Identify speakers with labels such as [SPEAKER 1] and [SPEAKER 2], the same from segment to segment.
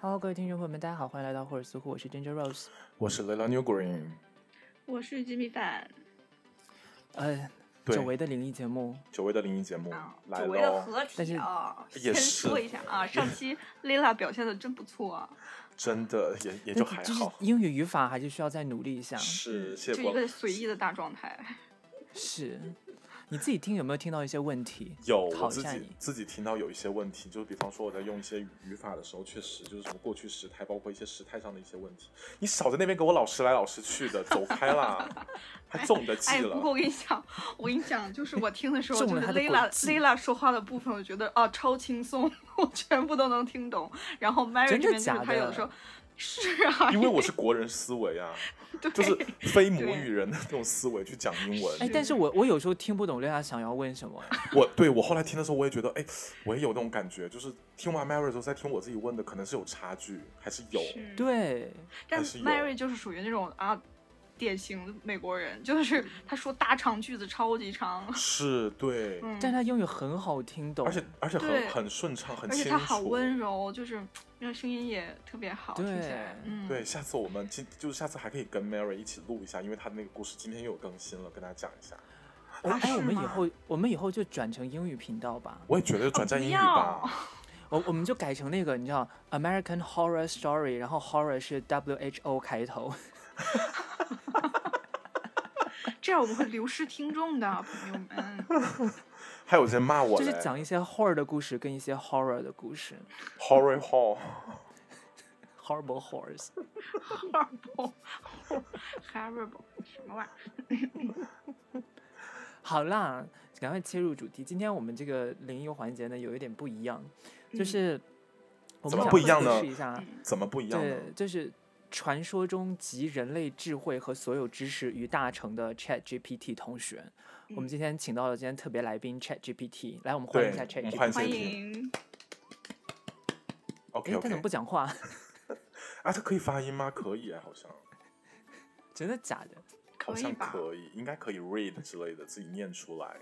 [SPEAKER 1] Hello，各位听众朋友们，大家好，欢迎来到霍尔斯库，我是 Ginger Rose。
[SPEAKER 2] 我是 Lela New Green，
[SPEAKER 3] 我是吉米饭，
[SPEAKER 1] 呃，
[SPEAKER 2] 哎对
[SPEAKER 1] 久违的灵异节目，
[SPEAKER 2] 久违的灵异节目
[SPEAKER 3] 啊，
[SPEAKER 2] 嗯来
[SPEAKER 3] 久违的
[SPEAKER 2] 喽，
[SPEAKER 3] 合
[SPEAKER 1] 但是
[SPEAKER 3] 体啊！
[SPEAKER 2] 也
[SPEAKER 3] 先
[SPEAKER 2] 是
[SPEAKER 3] 说一下 啊，上期 Lila 表现的真不错啊，
[SPEAKER 2] 真的也也就
[SPEAKER 1] 但
[SPEAKER 2] 还
[SPEAKER 1] 哎就是
[SPEAKER 2] 好，
[SPEAKER 1] 英语语法还是需要再努力一下。
[SPEAKER 2] 是谢
[SPEAKER 3] 嗯
[SPEAKER 2] 谢
[SPEAKER 3] 就一
[SPEAKER 2] 光
[SPEAKER 3] 个随意的大状态。
[SPEAKER 1] 是，你自己听有没有听到一些问题？
[SPEAKER 2] 有
[SPEAKER 1] 考
[SPEAKER 2] 我
[SPEAKER 1] 一
[SPEAKER 2] 自
[SPEAKER 1] 下
[SPEAKER 2] 己
[SPEAKER 1] 你。
[SPEAKER 2] 自己听到有一些问题，就是比方说我在用一些语法的时候，确实就是什么过去时态，包括一些时态上的一些问题。你少在那边给我老时来老时去的，走开啦， 还中你的计
[SPEAKER 3] 哎，不过
[SPEAKER 2] 了。
[SPEAKER 3] 我跟你讲，我跟你讲，就是我听的时候，
[SPEAKER 1] 中
[SPEAKER 3] 就
[SPEAKER 1] 了
[SPEAKER 3] 是
[SPEAKER 1] 他的
[SPEAKER 3] Lila
[SPEAKER 1] 诡计
[SPEAKER 3] Lila 说话的部分，我觉得啊超轻松，我全部都能听懂。然后 Mary
[SPEAKER 1] 真的
[SPEAKER 3] 这边就
[SPEAKER 1] 假
[SPEAKER 3] 是
[SPEAKER 1] 的
[SPEAKER 3] 她有的时候是啊，
[SPEAKER 2] 因为我是国人思维啊，
[SPEAKER 3] 对，
[SPEAKER 2] 就是非母
[SPEAKER 3] 对
[SPEAKER 2] 语人的那种思维去讲英文
[SPEAKER 1] 哎，，但是我我有时候听不懂瑞亚想要问什么，哎
[SPEAKER 2] 我对我后来听的时候，我也觉得，哎，我也有那种感觉，就是听完 Mary 之后再听我自己问的，可能是有差距，还是有。
[SPEAKER 3] 是。
[SPEAKER 1] 对，
[SPEAKER 3] 但
[SPEAKER 2] 还是有
[SPEAKER 3] Mary 就是属于那种啊，典型的美国人，
[SPEAKER 1] 嗯
[SPEAKER 3] 就是她说大长句子超级长，
[SPEAKER 2] 是对，
[SPEAKER 3] 嗯，
[SPEAKER 1] 但他英语很好听懂，
[SPEAKER 2] 而且而且
[SPEAKER 3] 对
[SPEAKER 2] 很很顺畅，很
[SPEAKER 3] 而
[SPEAKER 2] 清
[SPEAKER 3] 且
[SPEAKER 2] 楚。
[SPEAKER 3] 她好温柔，就是那个声音也特别好，听起来
[SPEAKER 1] 对，
[SPEAKER 3] 嗯，
[SPEAKER 2] 对，下次我们今就是下次还可以跟 Mary 一起录一下，因为她的那个故事今天又有更新了，跟大家讲一下。
[SPEAKER 1] 我
[SPEAKER 3] 啊
[SPEAKER 1] 哎，我
[SPEAKER 3] 是
[SPEAKER 1] 们以
[SPEAKER 3] 吗
[SPEAKER 1] 后我们以后就转成英语频道吧，
[SPEAKER 2] 我也觉
[SPEAKER 3] 哦
[SPEAKER 2] 得转战英语吧，
[SPEAKER 1] 我我们就改成那个你知道 American Horror Story，然后 horror 是 W H O 开头，
[SPEAKER 3] 这样我们会流失听众的，朋友 们。
[SPEAKER 2] 还有人骂我
[SPEAKER 1] 就
[SPEAKER 2] 嘞
[SPEAKER 1] 是讲一些 horror 的故事跟一些 horror 的故事
[SPEAKER 2] Horror Hall，
[SPEAKER 1] ，horrible horrors。
[SPEAKER 3] horrible horrible 什么玩意儿？
[SPEAKER 1] 好啦，赶快切入主题。今天我们这个灵异环节呢，有一点不一样，就是我
[SPEAKER 2] 怎
[SPEAKER 1] 们想
[SPEAKER 2] 么不一样呢
[SPEAKER 1] 试一下，啊
[SPEAKER 3] 嗯
[SPEAKER 2] 怎么不一样呢？
[SPEAKER 1] 对，就是传说中集人类智慧和所有知识于大成的 Chat GPT 同学。我们今天请到了今天特别来宾 Chat GPT，来，我们欢迎一下
[SPEAKER 2] 对
[SPEAKER 1] Chat
[SPEAKER 2] 我们欢
[SPEAKER 1] GPT。
[SPEAKER 2] 迎
[SPEAKER 3] 欢
[SPEAKER 2] 先听
[SPEAKER 3] 迎
[SPEAKER 2] OK
[SPEAKER 1] 哎，他
[SPEAKER 2] OK，
[SPEAKER 1] 怎么不讲话？
[SPEAKER 2] 啊，他可以发音吗？可以啊，好像
[SPEAKER 1] 真的假的？
[SPEAKER 2] 好
[SPEAKER 3] 可以
[SPEAKER 2] 像
[SPEAKER 3] 吧？
[SPEAKER 2] 可以，应该可以 read 之类的，自己念出来。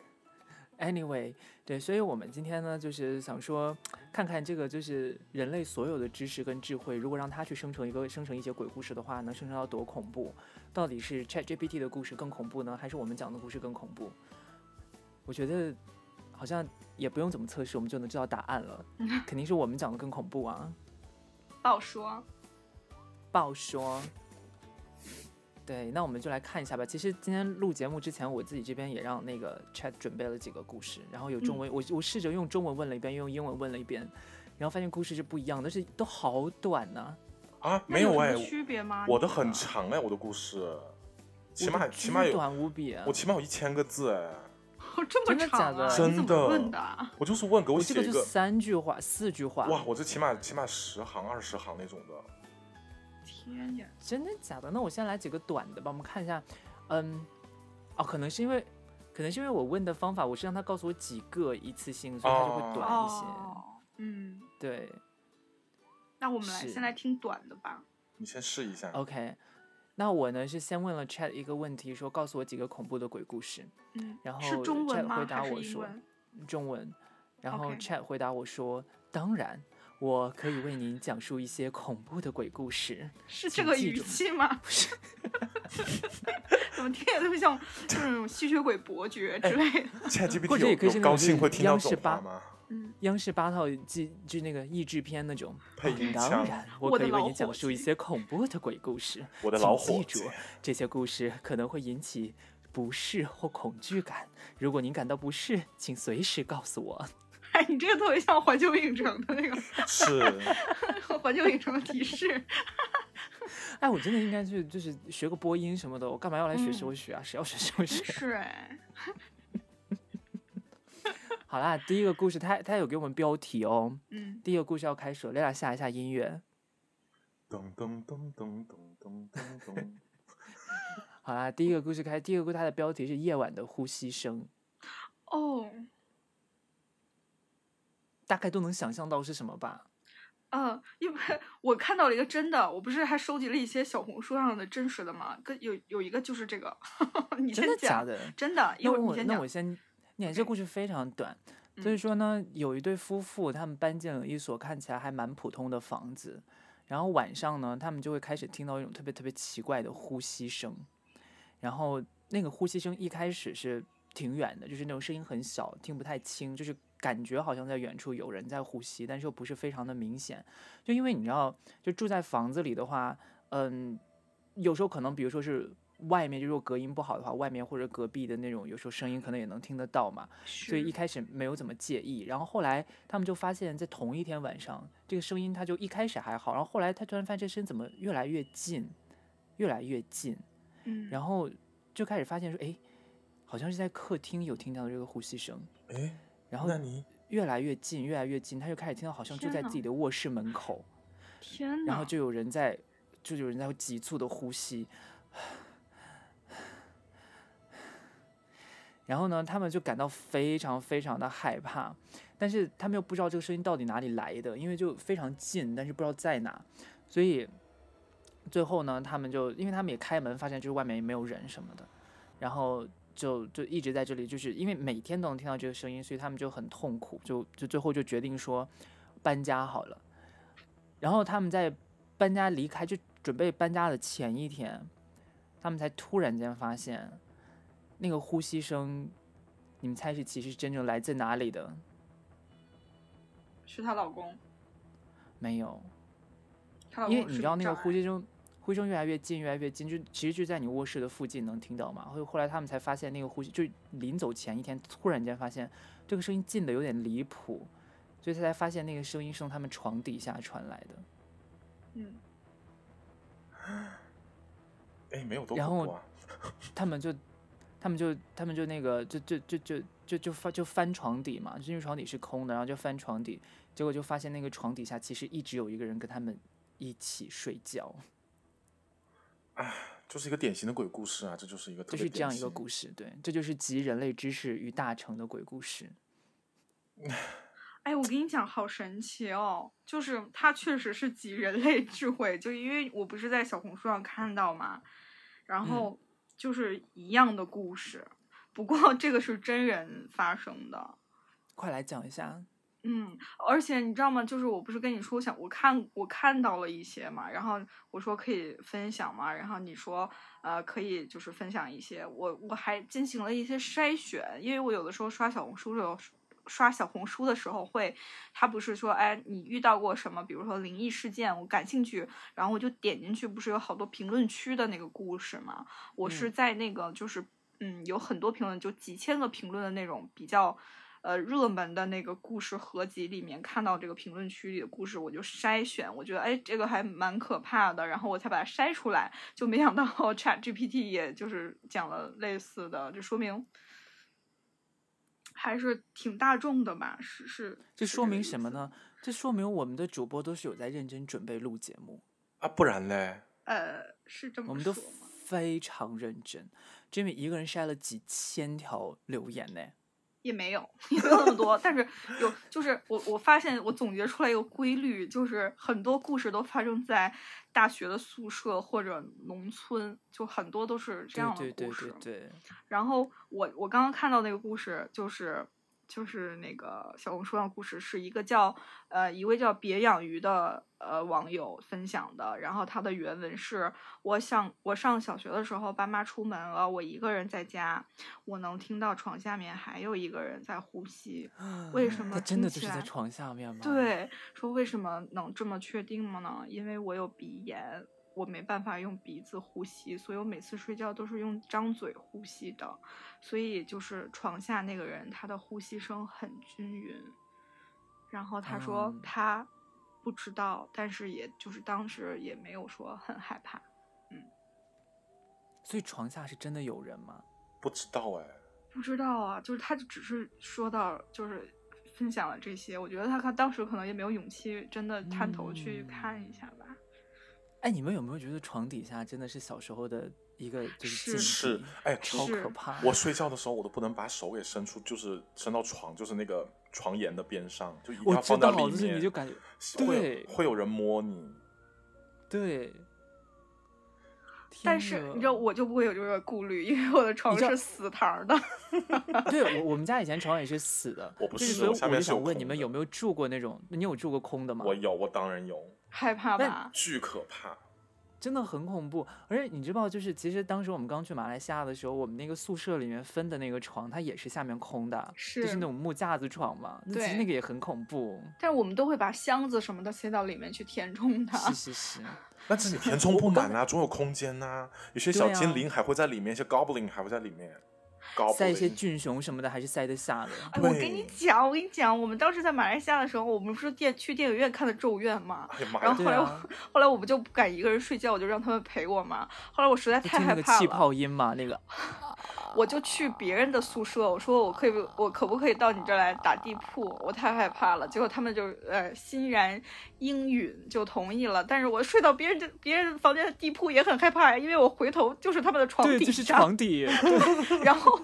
[SPEAKER 1] Anyway，对，所以我们今天呢，就是想说，看看这个就是人类所有的知识跟智慧，如果让它去生成一个生成一些鬼故事的话，能生成到多恐怖？到底是 ChatGPT 的故事更恐怖呢，还是我们讲的故事更恐怖？我觉得好像也不用怎么测试，我们就能知道答案了，肯定是我们讲的更恐怖啊！
[SPEAKER 3] 不好说，
[SPEAKER 1] 不好说。对，那我们就来看一下吧。其实今天录节目之前，我自己这边也让那个 Chat 准备了几个故事，然后
[SPEAKER 2] 嗯
[SPEAKER 1] 有中文，我我试着用中文问了一遍，用英文问了一遍，然后发现故事是不一样的，但是都好短呐、
[SPEAKER 2] 啊，
[SPEAKER 3] 那
[SPEAKER 2] 没有
[SPEAKER 3] 什么
[SPEAKER 2] 哎，
[SPEAKER 3] 区别吗？
[SPEAKER 2] 我
[SPEAKER 3] 你
[SPEAKER 2] 的
[SPEAKER 3] 觉
[SPEAKER 2] 很
[SPEAKER 3] 得
[SPEAKER 2] 长哎，我的故事，起
[SPEAKER 1] 啊我的
[SPEAKER 2] 码
[SPEAKER 1] 巨
[SPEAKER 2] 起码有
[SPEAKER 1] 短无比、啊。
[SPEAKER 2] 我起码有一千个字哎，
[SPEAKER 3] 这么
[SPEAKER 1] 真的假
[SPEAKER 3] 长
[SPEAKER 1] 的
[SPEAKER 3] 啊？
[SPEAKER 2] 真
[SPEAKER 3] 你怎
[SPEAKER 2] 的
[SPEAKER 3] 么问的？啊
[SPEAKER 2] 我就是问给我
[SPEAKER 1] 我这
[SPEAKER 2] 写
[SPEAKER 1] 个
[SPEAKER 2] 一
[SPEAKER 1] 就
[SPEAKER 2] 个，
[SPEAKER 1] 三句话、四句话，
[SPEAKER 2] 哇，我这起码起码十行二十行那种的。
[SPEAKER 3] 天呀！
[SPEAKER 1] 真的假的？那我先来几个短的吧，我们看一下。嗯，哦，可能是因为，可能是因为我问的方法，我是让他告诉我几个一次性，所以它就会短一些。
[SPEAKER 3] 哦，嗯，
[SPEAKER 1] 对。
[SPEAKER 3] 那我们来
[SPEAKER 1] 是
[SPEAKER 3] 先来听短的吧。
[SPEAKER 2] 你先试一下。
[SPEAKER 1] OK，那我呢是先问了 Chat 一个问题，说告诉我几个恐怖的鬼故事，
[SPEAKER 3] 嗯，
[SPEAKER 1] 然后
[SPEAKER 3] 是中文
[SPEAKER 1] Chat
[SPEAKER 3] 吗？
[SPEAKER 1] 回答
[SPEAKER 3] 还是
[SPEAKER 1] 我
[SPEAKER 3] 英
[SPEAKER 1] 说
[SPEAKER 3] 文？
[SPEAKER 1] 中文，然后
[SPEAKER 3] OK
[SPEAKER 1] Chat 回答我说，当然，我可以为您讲述一些恐怖的鬼故事。
[SPEAKER 3] 是这
[SPEAKER 1] 请
[SPEAKER 3] 个
[SPEAKER 1] 记
[SPEAKER 3] 语
[SPEAKER 1] 住
[SPEAKER 3] 气吗？ 怎么听着特别像就是那种吸血鬼伯爵之类的？
[SPEAKER 1] 或
[SPEAKER 2] ChatGPT
[SPEAKER 1] 者也可以是
[SPEAKER 2] 有有
[SPEAKER 1] 那种
[SPEAKER 2] 高兴会听到
[SPEAKER 1] 央
[SPEAKER 2] 这
[SPEAKER 1] 视
[SPEAKER 2] 种话
[SPEAKER 1] 八
[SPEAKER 2] 吗？
[SPEAKER 3] 嗯，
[SPEAKER 1] 央视八套剧就那个译制片那种，
[SPEAKER 2] 配音
[SPEAKER 1] 当
[SPEAKER 2] 腔，
[SPEAKER 1] 然，
[SPEAKER 3] 我
[SPEAKER 1] 可
[SPEAKER 3] 的
[SPEAKER 1] 以为
[SPEAKER 3] 老
[SPEAKER 1] 您讲
[SPEAKER 3] 伙
[SPEAKER 1] 述一
[SPEAKER 3] 计
[SPEAKER 1] 些恐怖的鬼故事。
[SPEAKER 2] 我的
[SPEAKER 1] 请
[SPEAKER 2] 老
[SPEAKER 1] 记
[SPEAKER 2] 伙
[SPEAKER 1] 住
[SPEAKER 2] 计，
[SPEAKER 1] 这些故事可能会引起不适或恐惧感。如果您感到不适，请随时告诉我。
[SPEAKER 3] 哎，你这个特别像环球影城的那个
[SPEAKER 1] 啊
[SPEAKER 2] 是
[SPEAKER 3] 环球影城的 提示。
[SPEAKER 1] 哎，我真的应该去，就是学个播音什么的。我干嘛要来学社会学啊？谁要学社会学？
[SPEAKER 3] 是哎，
[SPEAKER 1] 好啦，第一个故事，它它有给我们标题哦。
[SPEAKER 3] 嗯，
[SPEAKER 1] 第一个故事要开始了，咱俩下一下音乐。
[SPEAKER 2] 噔噔噔噔噔噔噔噔。
[SPEAKER 1] 好啦，第一个故事开，第一个故事它的标题是《夜晚的呼吸声》，
[SPEAKER 3] 哦，
[SPEAKER 1] 大概都能想象到是什么吧？
[SPEAKER 3] 呃，因为我看到了一个真的，我不是还收集了一些小红书上的真实的吗？跟有有一个就是这个， 你先
[SPEAKER 1] 真的假
[SPEAKER 3] 讲，
[SPEAKER 1] 的？
[SPEAKER 3] 真的，一
[SPEAKER 1] 那
[SPEAKER 3] 会儿你
[SPEAKER 1] 我
[SPEAKER 3] 先
[SPEAKER 1] 那
[SPEAKER 3] 讲
[SPEAKER 1] 我。先念，这
[SPEAKER 3] OK
[SPEAKER 1] 故事非常短。就是
[SPEAKER 3] 嗯
[SPEAKER 1] 说呢，有一对夫妇，他们搬进了一所看起来还蛮普通的房子，然后晚上呢，他们就会开始听到一种特别特别奇怪的呼吸声，然后那个呼吸声一开始是挺远的，就是那种声音很小，听不太清，就是感觉好像在远处有人在呼吸，但是又不是非常的明显。就因为你知道，就住在房子里的话，嗯，有时候可能比如说是外面，就如果隔音不好的话，外面或者隔壁的那种，有时候声音可能也能听得到嘛。所以一开始没有怎么介意，然后后来他们就发现，在同一天晚上，这个声音它就一开始还好，然后后来他突然发现这声音怎么越来越近，越来越近，
[SPEAKER 3] 嗯，
[SPEAKER 1] 然后就开始发现说，哎，好像是在客厅有听到这个呼吸声，
[SPEAKER 2] 哎，
[SPEAKER 1] 然后
[SPEAKER 2] 那你
[SPEAKER 1] 越来越近，越来越近，他就开始听到好像就
[SPEAKER 3] 天
[SPEAKER 1] 在
[SPEAKER 3] 呐
[SPEAKER 1] 自己的卧室门口，
[SPEAKER 3] 天哪，
[SPEAKER 1] 然后就有人在，就有人在急促的呼吸。然后呢，他们就感到非常非常的害怕，但是他们又不知道这个声音到底哪里来的，因为就非常近，但是不知道在哪，所以最后呢，他们就因为他们也开门，发现就是外面也没有人什么的，然后就就一直在这里，就是因为每天都能听到这个声音，所以他们就很痛苦，就就最后就决定说搬家好了。然后他们在搬家离开，就准备搬家的前一天，他们才突然间发现，那个呼吸声，你们猜是其实真正来自哪里的？
[SPEAKER 3] 是她老公，
[SPEAKER 1] 没有，
[SPEAKER 3] 她老公
[SPEAKER 1] 因为你知道那个呼
[SPEAKER 3] 吸，
[SPEAKER 1] 吸声，呼吸声越来越近，越来越近，就其实就在你卧室的附近能听到嘛。后后来他们才发现，那个呼吸就临走前一天，突然间发现这个声音近的有点离谱，所以他才发现那个声音是从他们床底下传来的。
[SPEAKER 3] 嗯，
[SPEAKER 2] 哎没有多
[SPEAKER 1] 然
[SPEAKER 2] 恐
[SPEAKER 1] 后
[SPEAKER 2] 怖啊，
[SPEAKER 1] 他们就，他们就，他们就那个，就就就就就就翻就翻床底嘛，就因为床底是空的，然后就翻床底，结果就发现那个床底下其实一直有一个人跟他们一起睡觉，
[SPEAKER 2] 就是一个典型的鬼故事啊，这就是一个特
[SPEAKER 1] 就
[SPEAKER 2] 别
[SPEAKER 1] 是这样一个
[SPEAKER 2] 故
[SPEAKER 1] 故事。对，这就是集人类知识与大成的鬼故事。
[SPEAKER 3] 哎，我跟你讲，好神奇哦！就是它确实是集人类智慧，就因为我不是在小红书上看到嘛，然后就是一样的故事，不过 这个是真人发生的。
[SPEAKER 1] 快来讲一下，
[SPEAKER 3] 嗯，而且你知道吗？就是我不是跟你说，我想我看我看到了一些嘛，然后我说可以分享嘛，然后你说呃可以就是分享一些，我我还进行了一些筛选，因为我有的时候刷小红书的时候。刷小红书的时候会，他不是说，哎，你遇到过什么，比如说灵异事件，我感兴趣，然后我就点进去，不是有好多评论区的那个故事嘛？我是在那个就是，嗯，有很多评论，就几千个评论的那种比较，呃热门的那个故事合集里面看到这个评论区里的故事，我就筛选，我觉得哎这个还蛮可怕的，然后我才把它筛出来，就没想到 Chat GPT 也就是讲了类似的，这说明还是挺大众的吧，是是。
[SPEAKER 1] 这
[SPEAKER 3] 是
[SPEAKER 1] 说
[SPEAKER 3] 个
[SPEAKER 1] 明
[SPEAKER 3] 意
[SPEAKER 1] 什么
[SPEAKER 3] 思？
[SPEAKER 1] 呢？这说明我们的主播都是有在认真准备录节目，
[SPEAKER 2] 啊，不然嘞，
[SPEAKER 3] 呃，是这
[SPEAKER 1] 我
[SPEAKER 3] 么
[SPEAKER 1] 们
[SPEAKER 3] 说
[SPEAKER 1] 都
[SPEAKER 3] 吗？
[SPEAKER 1] 非常认真。Jimmy 一个人筛了几千条留言呢。
[SPEAKER 3] 也没有，也没有那么多，但是有，就是我我发现我总结出来一个规律，就是很多故事都发生在大学的宿舍或者农村，就很多都是这样的故
[SPEAKER 1] 对
[SPEAKER 3] 事。
[SPEAKER 1] 对对对对。
[SPEAKER 3] 然后我我刚刚看到那个故事，就是就是那个小红书上的故事，是一个叫呃一位叫别养鱼的呃网友分享的。然后他的原文是：我想我上小学的时候，爸妈出门了，我一个人在家，我能听到床下面还有一个人在呼吸。为什么
[SPEAKER 1] 啊他真的就
[SPEAKER 3] 听
[SPEAKER 1] 是
[SPEAKER 3] 起
[SPEAKER 1] 在
[SPEAKER 3] 来
[SPEAKER 1] 床下面吗？，
[SPEAKER 3] 对，说为什么能这么确定吗呢？因为我有鼻炎，我没办法用鼻子呼吸，所以我每次睡觉都是用张嘴呼吸的，所以就是床下那个人他的呼吸声很均匀。然后他说
[SPEAKER 1] 嗯
[SPEAKER 3] 他不知道，但是也就是当时也没有说很害怕。
[SPEAKER 1] 所以床下是真的有人吗？
[SPEAKER 2] 不知道哎，
[SPEAKER 3] 不知道啊，就是他就只是说到就是。分享了这些，我觉得他他当时可能也没有勇气真的探头去
[SPEAKER 1] 嗯
[SPEAKER 3] 看一下吧。
[SPEAKER 1] 哎，你们有没有觉得床底下真的是小时候的一个就是
[SPEAKER 3] 是
[SPEAKER 1] 禁
[SPEAKER 2] 是
[SPEAKER 1] 地，
[SPEAKER 2] 哎，
[SPEAKER 1] 超
[SPEAKER 3] 是
[SPEAKER 1] 可怕？
[SPEAKER 2] 我睡觉的时候我都不能把手给伸出，就是伸到床，就是那个床沿的边上，就一定
[SPEAKER 1] 我
[SPEAKER 2] 要
[SPEAKER 1] 知
[SPEAKER 2] 放到
[SPEAKER 1] 道，
[SPEAKER 2] 里
[SPEAKER 1] 就是
[SPEAKER 2] 面，
[SPEAKER 1] 你就 感觉
[SPEAKER 2] 会
[SPEAKER 1] 对
[SPEAKER 2] 有会有人摸你。
[SPEAKER 1] 对。
[SPEAKER 3] 但
[SPEAKER 1] 天
[SPEAKER 3] 是
[SPEAKER 1] 呐
[SPEAKER 3] 你知道，我就不会有这个顾虑，因为我的床
[SPEAKER 1] 知道
[SPEAKER 3] 是死堂儿的。
[SPEAKER 1] 对我我们家以前床也是死的，
[SPEAKER 2] 我不
[SPEAKER 1] 就是所以
[SPEAKER 2] 我下面
[SPEAKER 1] 就是想
[SPEAKER 2] 有
[SPEAKER 1] 问
[SPEAKER 2] 空
[SPEAKER 1] 你们
[SPEAKER 2] 的
[SPEAKER 1] 有没有住过那种？你有住过空的吗？
[SPEAKER 2] 我有，我当然有，
[SPEAKER 3] 害怕吧？
[SPEAKER 2] 巨可怕。
[SPEAKER 1] 真的很恐怖。而且你知道，就是其实当时我们刚去马来西亚的时候，我们那个宿舍里面分的那个床，它也是下面空的，
[SPEAKER 3] 是
[SPEAKER 1] 就是那种木架子床嘛。那其实
[SPEAKER 3] 对
[SPEAKER 1] 那个也很恐 怖。
[SPEAKER 3] 但是我们都会把箱子什么的塞到里面去填充它。
[SPEAKER 1] 是是是，
[SPEAKER 2] 但是你填充不满啊，总有空间呐、有些
[SPEAKER 1] 对
[SPEAKER 2] 小
[SPEAKER 1] 啊
[SPEAKER 2] 精灵还会在里面，一些 goblin 还会在里面。
[SPEAKER 1] 塞一些
[SPEAKER 2] goblin
[SPEAKER 1] 菌熊什么的还是塞得下的。
[SPEAKER 3] 哎，我
[SPEAKER 2] 对
[SPEAKER 3] 跟你讲，我跟你讲，我们当时在马来西亚的时候，我们不是电去电影院看的《咒怨》吗？
[SPEAKER 2] 哎呀妈
[SPEAKER 3] 然
[SPEAKER 2] 呀
[SPEAKER 3] 后！
[SPEAKER 1] 对
[SPEAKER 3] 后来我、
[SPEAKER 1] 啊
[SPEAKER 3] 后来我不就不敢一个人睡觉，我就让他们陪我嘛。后来我实在
[SPEAKER 1] 就
[SPEAKER 3] 太
[SPEAKER 1] 听那
[SPEAKER 3] 害
[SPEAKER 1] 个
[SPEAKER 3] 怕
[SPEAKER 1] 气
[SPEAKER 3] 了，
[SPEAKER 1] 泡音嘛，那个
[SPEAKER 3] 我就去别人的宿舍，我说我可以不，我可不可以到你这儿来打地铺？我太害怕了。结果他们就呃欣然应允，就同意了。但是我睡到别人的别人房间的地铺也很害怕，因为我回头就是他们的 床
[SPEAKER 1] 对，
[SPEAKER 3] 底
[SPEAKER 1] 就是
[SPEAKER 3] 下，
[SPEAKER 1] 床 底。
[SPEAKER 3] 然后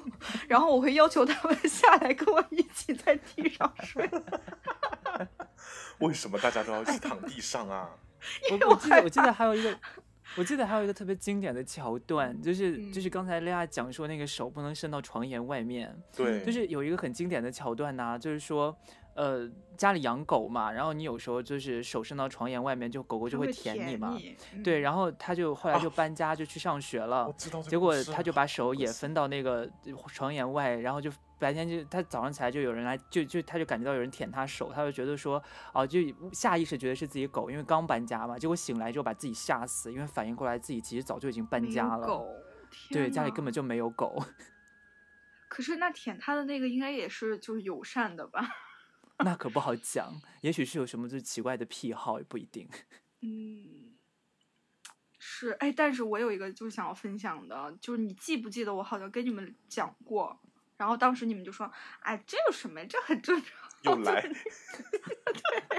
[SPEAKER 3] 然后我会要求他们 下来跟我一起在地上睡。
[SPEAKER 2] 为什么大家都要去躺地上啊？
[SPEAKER 1] 我我记得我记得还有一 个，我记得还有一个特别经典的桥段，就是、
[SPEAKER 3] 嗯
[SPEAKER 1] 就是刚才莉亚讲说那个手不能伸到床沿外面，
[SPEAKER 2] 对，
[SPEAKER 1] 就是有一个很经典的桥段呐、就是说。呃，家里养狗嘛，然后你有时候就是手伸到床沿外面，就狗狗就会舔你嘛。
[SPEAKER 3] 嗯
[SPEAKER 1] 对，然后他就后来就搬家，就去上学了
[SPEAKER 2] 我。知道这个故事。啊
[SPEAKER 1] 结果他就把手也
[SPEAKER 2] 是
[SPEAKER 1] 分到那个呃床沿外，然后就白天就他早上起来就有人来，就就他就感觉到有人舔他手，他就觉得说哦，就下意识觉得是自己狗，因为刚搬家嘛。结果醒来之后把自己吓死，因为反应过来自己其实早就已经搬
[SPEAKER 3] 没有
[SPEAKER 1] 家了，
[SPEAKER 3] 狗，
[SPEAKER 1] 对，
[SPEAKER 3] 天
[SPEAKER 1] 家里
[SPEAKER 3] 呐
[SPEAKER 1] 根本就没有狗。
[SPEAKER 3] 可是那舔它的那个应该也是就是友善的吧？
[SPEAKER 1] 那可不好讲，也许是有什么就是奇怪的癖好，也不一定。
[SPEAKER 3] 嗯，是哎，但是我有一个就是想要分享的，就是你记不记得我好像跟你们讲过，然后当时你们就说，哎，这有什么呀？这很正常，
[SPEAKER 2] 又来，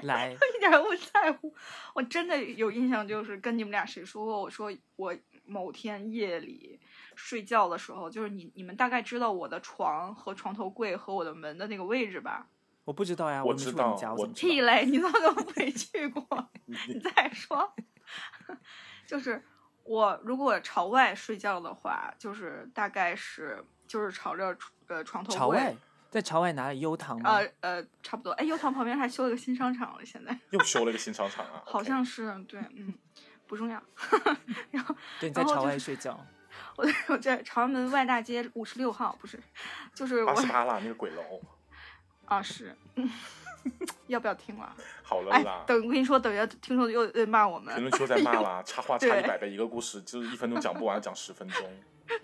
[SPEAKER 1] 来，
[SPEAKER 3] 一点儿不在乎。我真的有印象，就是跟你们俩谁说过，我说我某天夜里睡觉的时候，就是你你们大概知道我的床和床头柜和我的门的那个位置吧？
[SPEAKER 1] 我不知道呀，
[SPEAKER 2] 我
[SPEAKER 1] 又没
[SPEAKER 2] 知
[SPEAKER 1] 住你
[SPEAKER 2] 道
[SPEAKER 1] 家，我
[SPEAKER 2] 我
[SPEAKER 1] 怎么知道
[SPEAKER 3] 屁嘞，你怎么都没去过？
[SPEAKER 2] 你
[SPEAKER 3] 你
[SPEAKER 2] 你
[SPEAKER 3] 再说， 就是我如果朝外睡觉的话，就是大概是就是朝着呃床头
[SPEAKER 1] 朝
[SPEAKER 3] 柜
[SPEAKER 1] 外，嗯在朝外哪里悠唐吗？
[SPEAKER 3] 呃呃差不多。哎，油塘旁边还修了个新商场了，现在
[SPEAKER 2] 又修了一个新商场 啊！
[SPEAKER 3] 好
[SPEAKER 2] OK
[SPEAKER 3] 像是对，嗯，不重要。
[SPEAKER 1] 对，你在
[SPEAKER 3] 然后
[SPEAKER 1] 朝
[SPEAKER 3] 就
[SPEAKER 1] 外
[SPEAKER 3] 是
[SPEAKER 1] 睡觉。
[SPEAKER 3] 我我在朝阳门外大街五十六号，不是，就是我
[SPEAKER 2] 八十八啦，那个鬼楼，
[SPEAKER 3] 啊是， 嗯要不要听了？
[SPEAKER 2] 好了
[SPEAKER 3] 哎
[SPEAKER 2] 啦，，
[SPEAKER 3] 等我跟你说，等一下听众又又骂我们
[SPEAKER 2] 评。论区又在骂啦，插 话插
[SPEAKER 3] 对
[SPEAKER 2] 一百倍，一个故事就是一分钟讲不完，要讲十分 钟，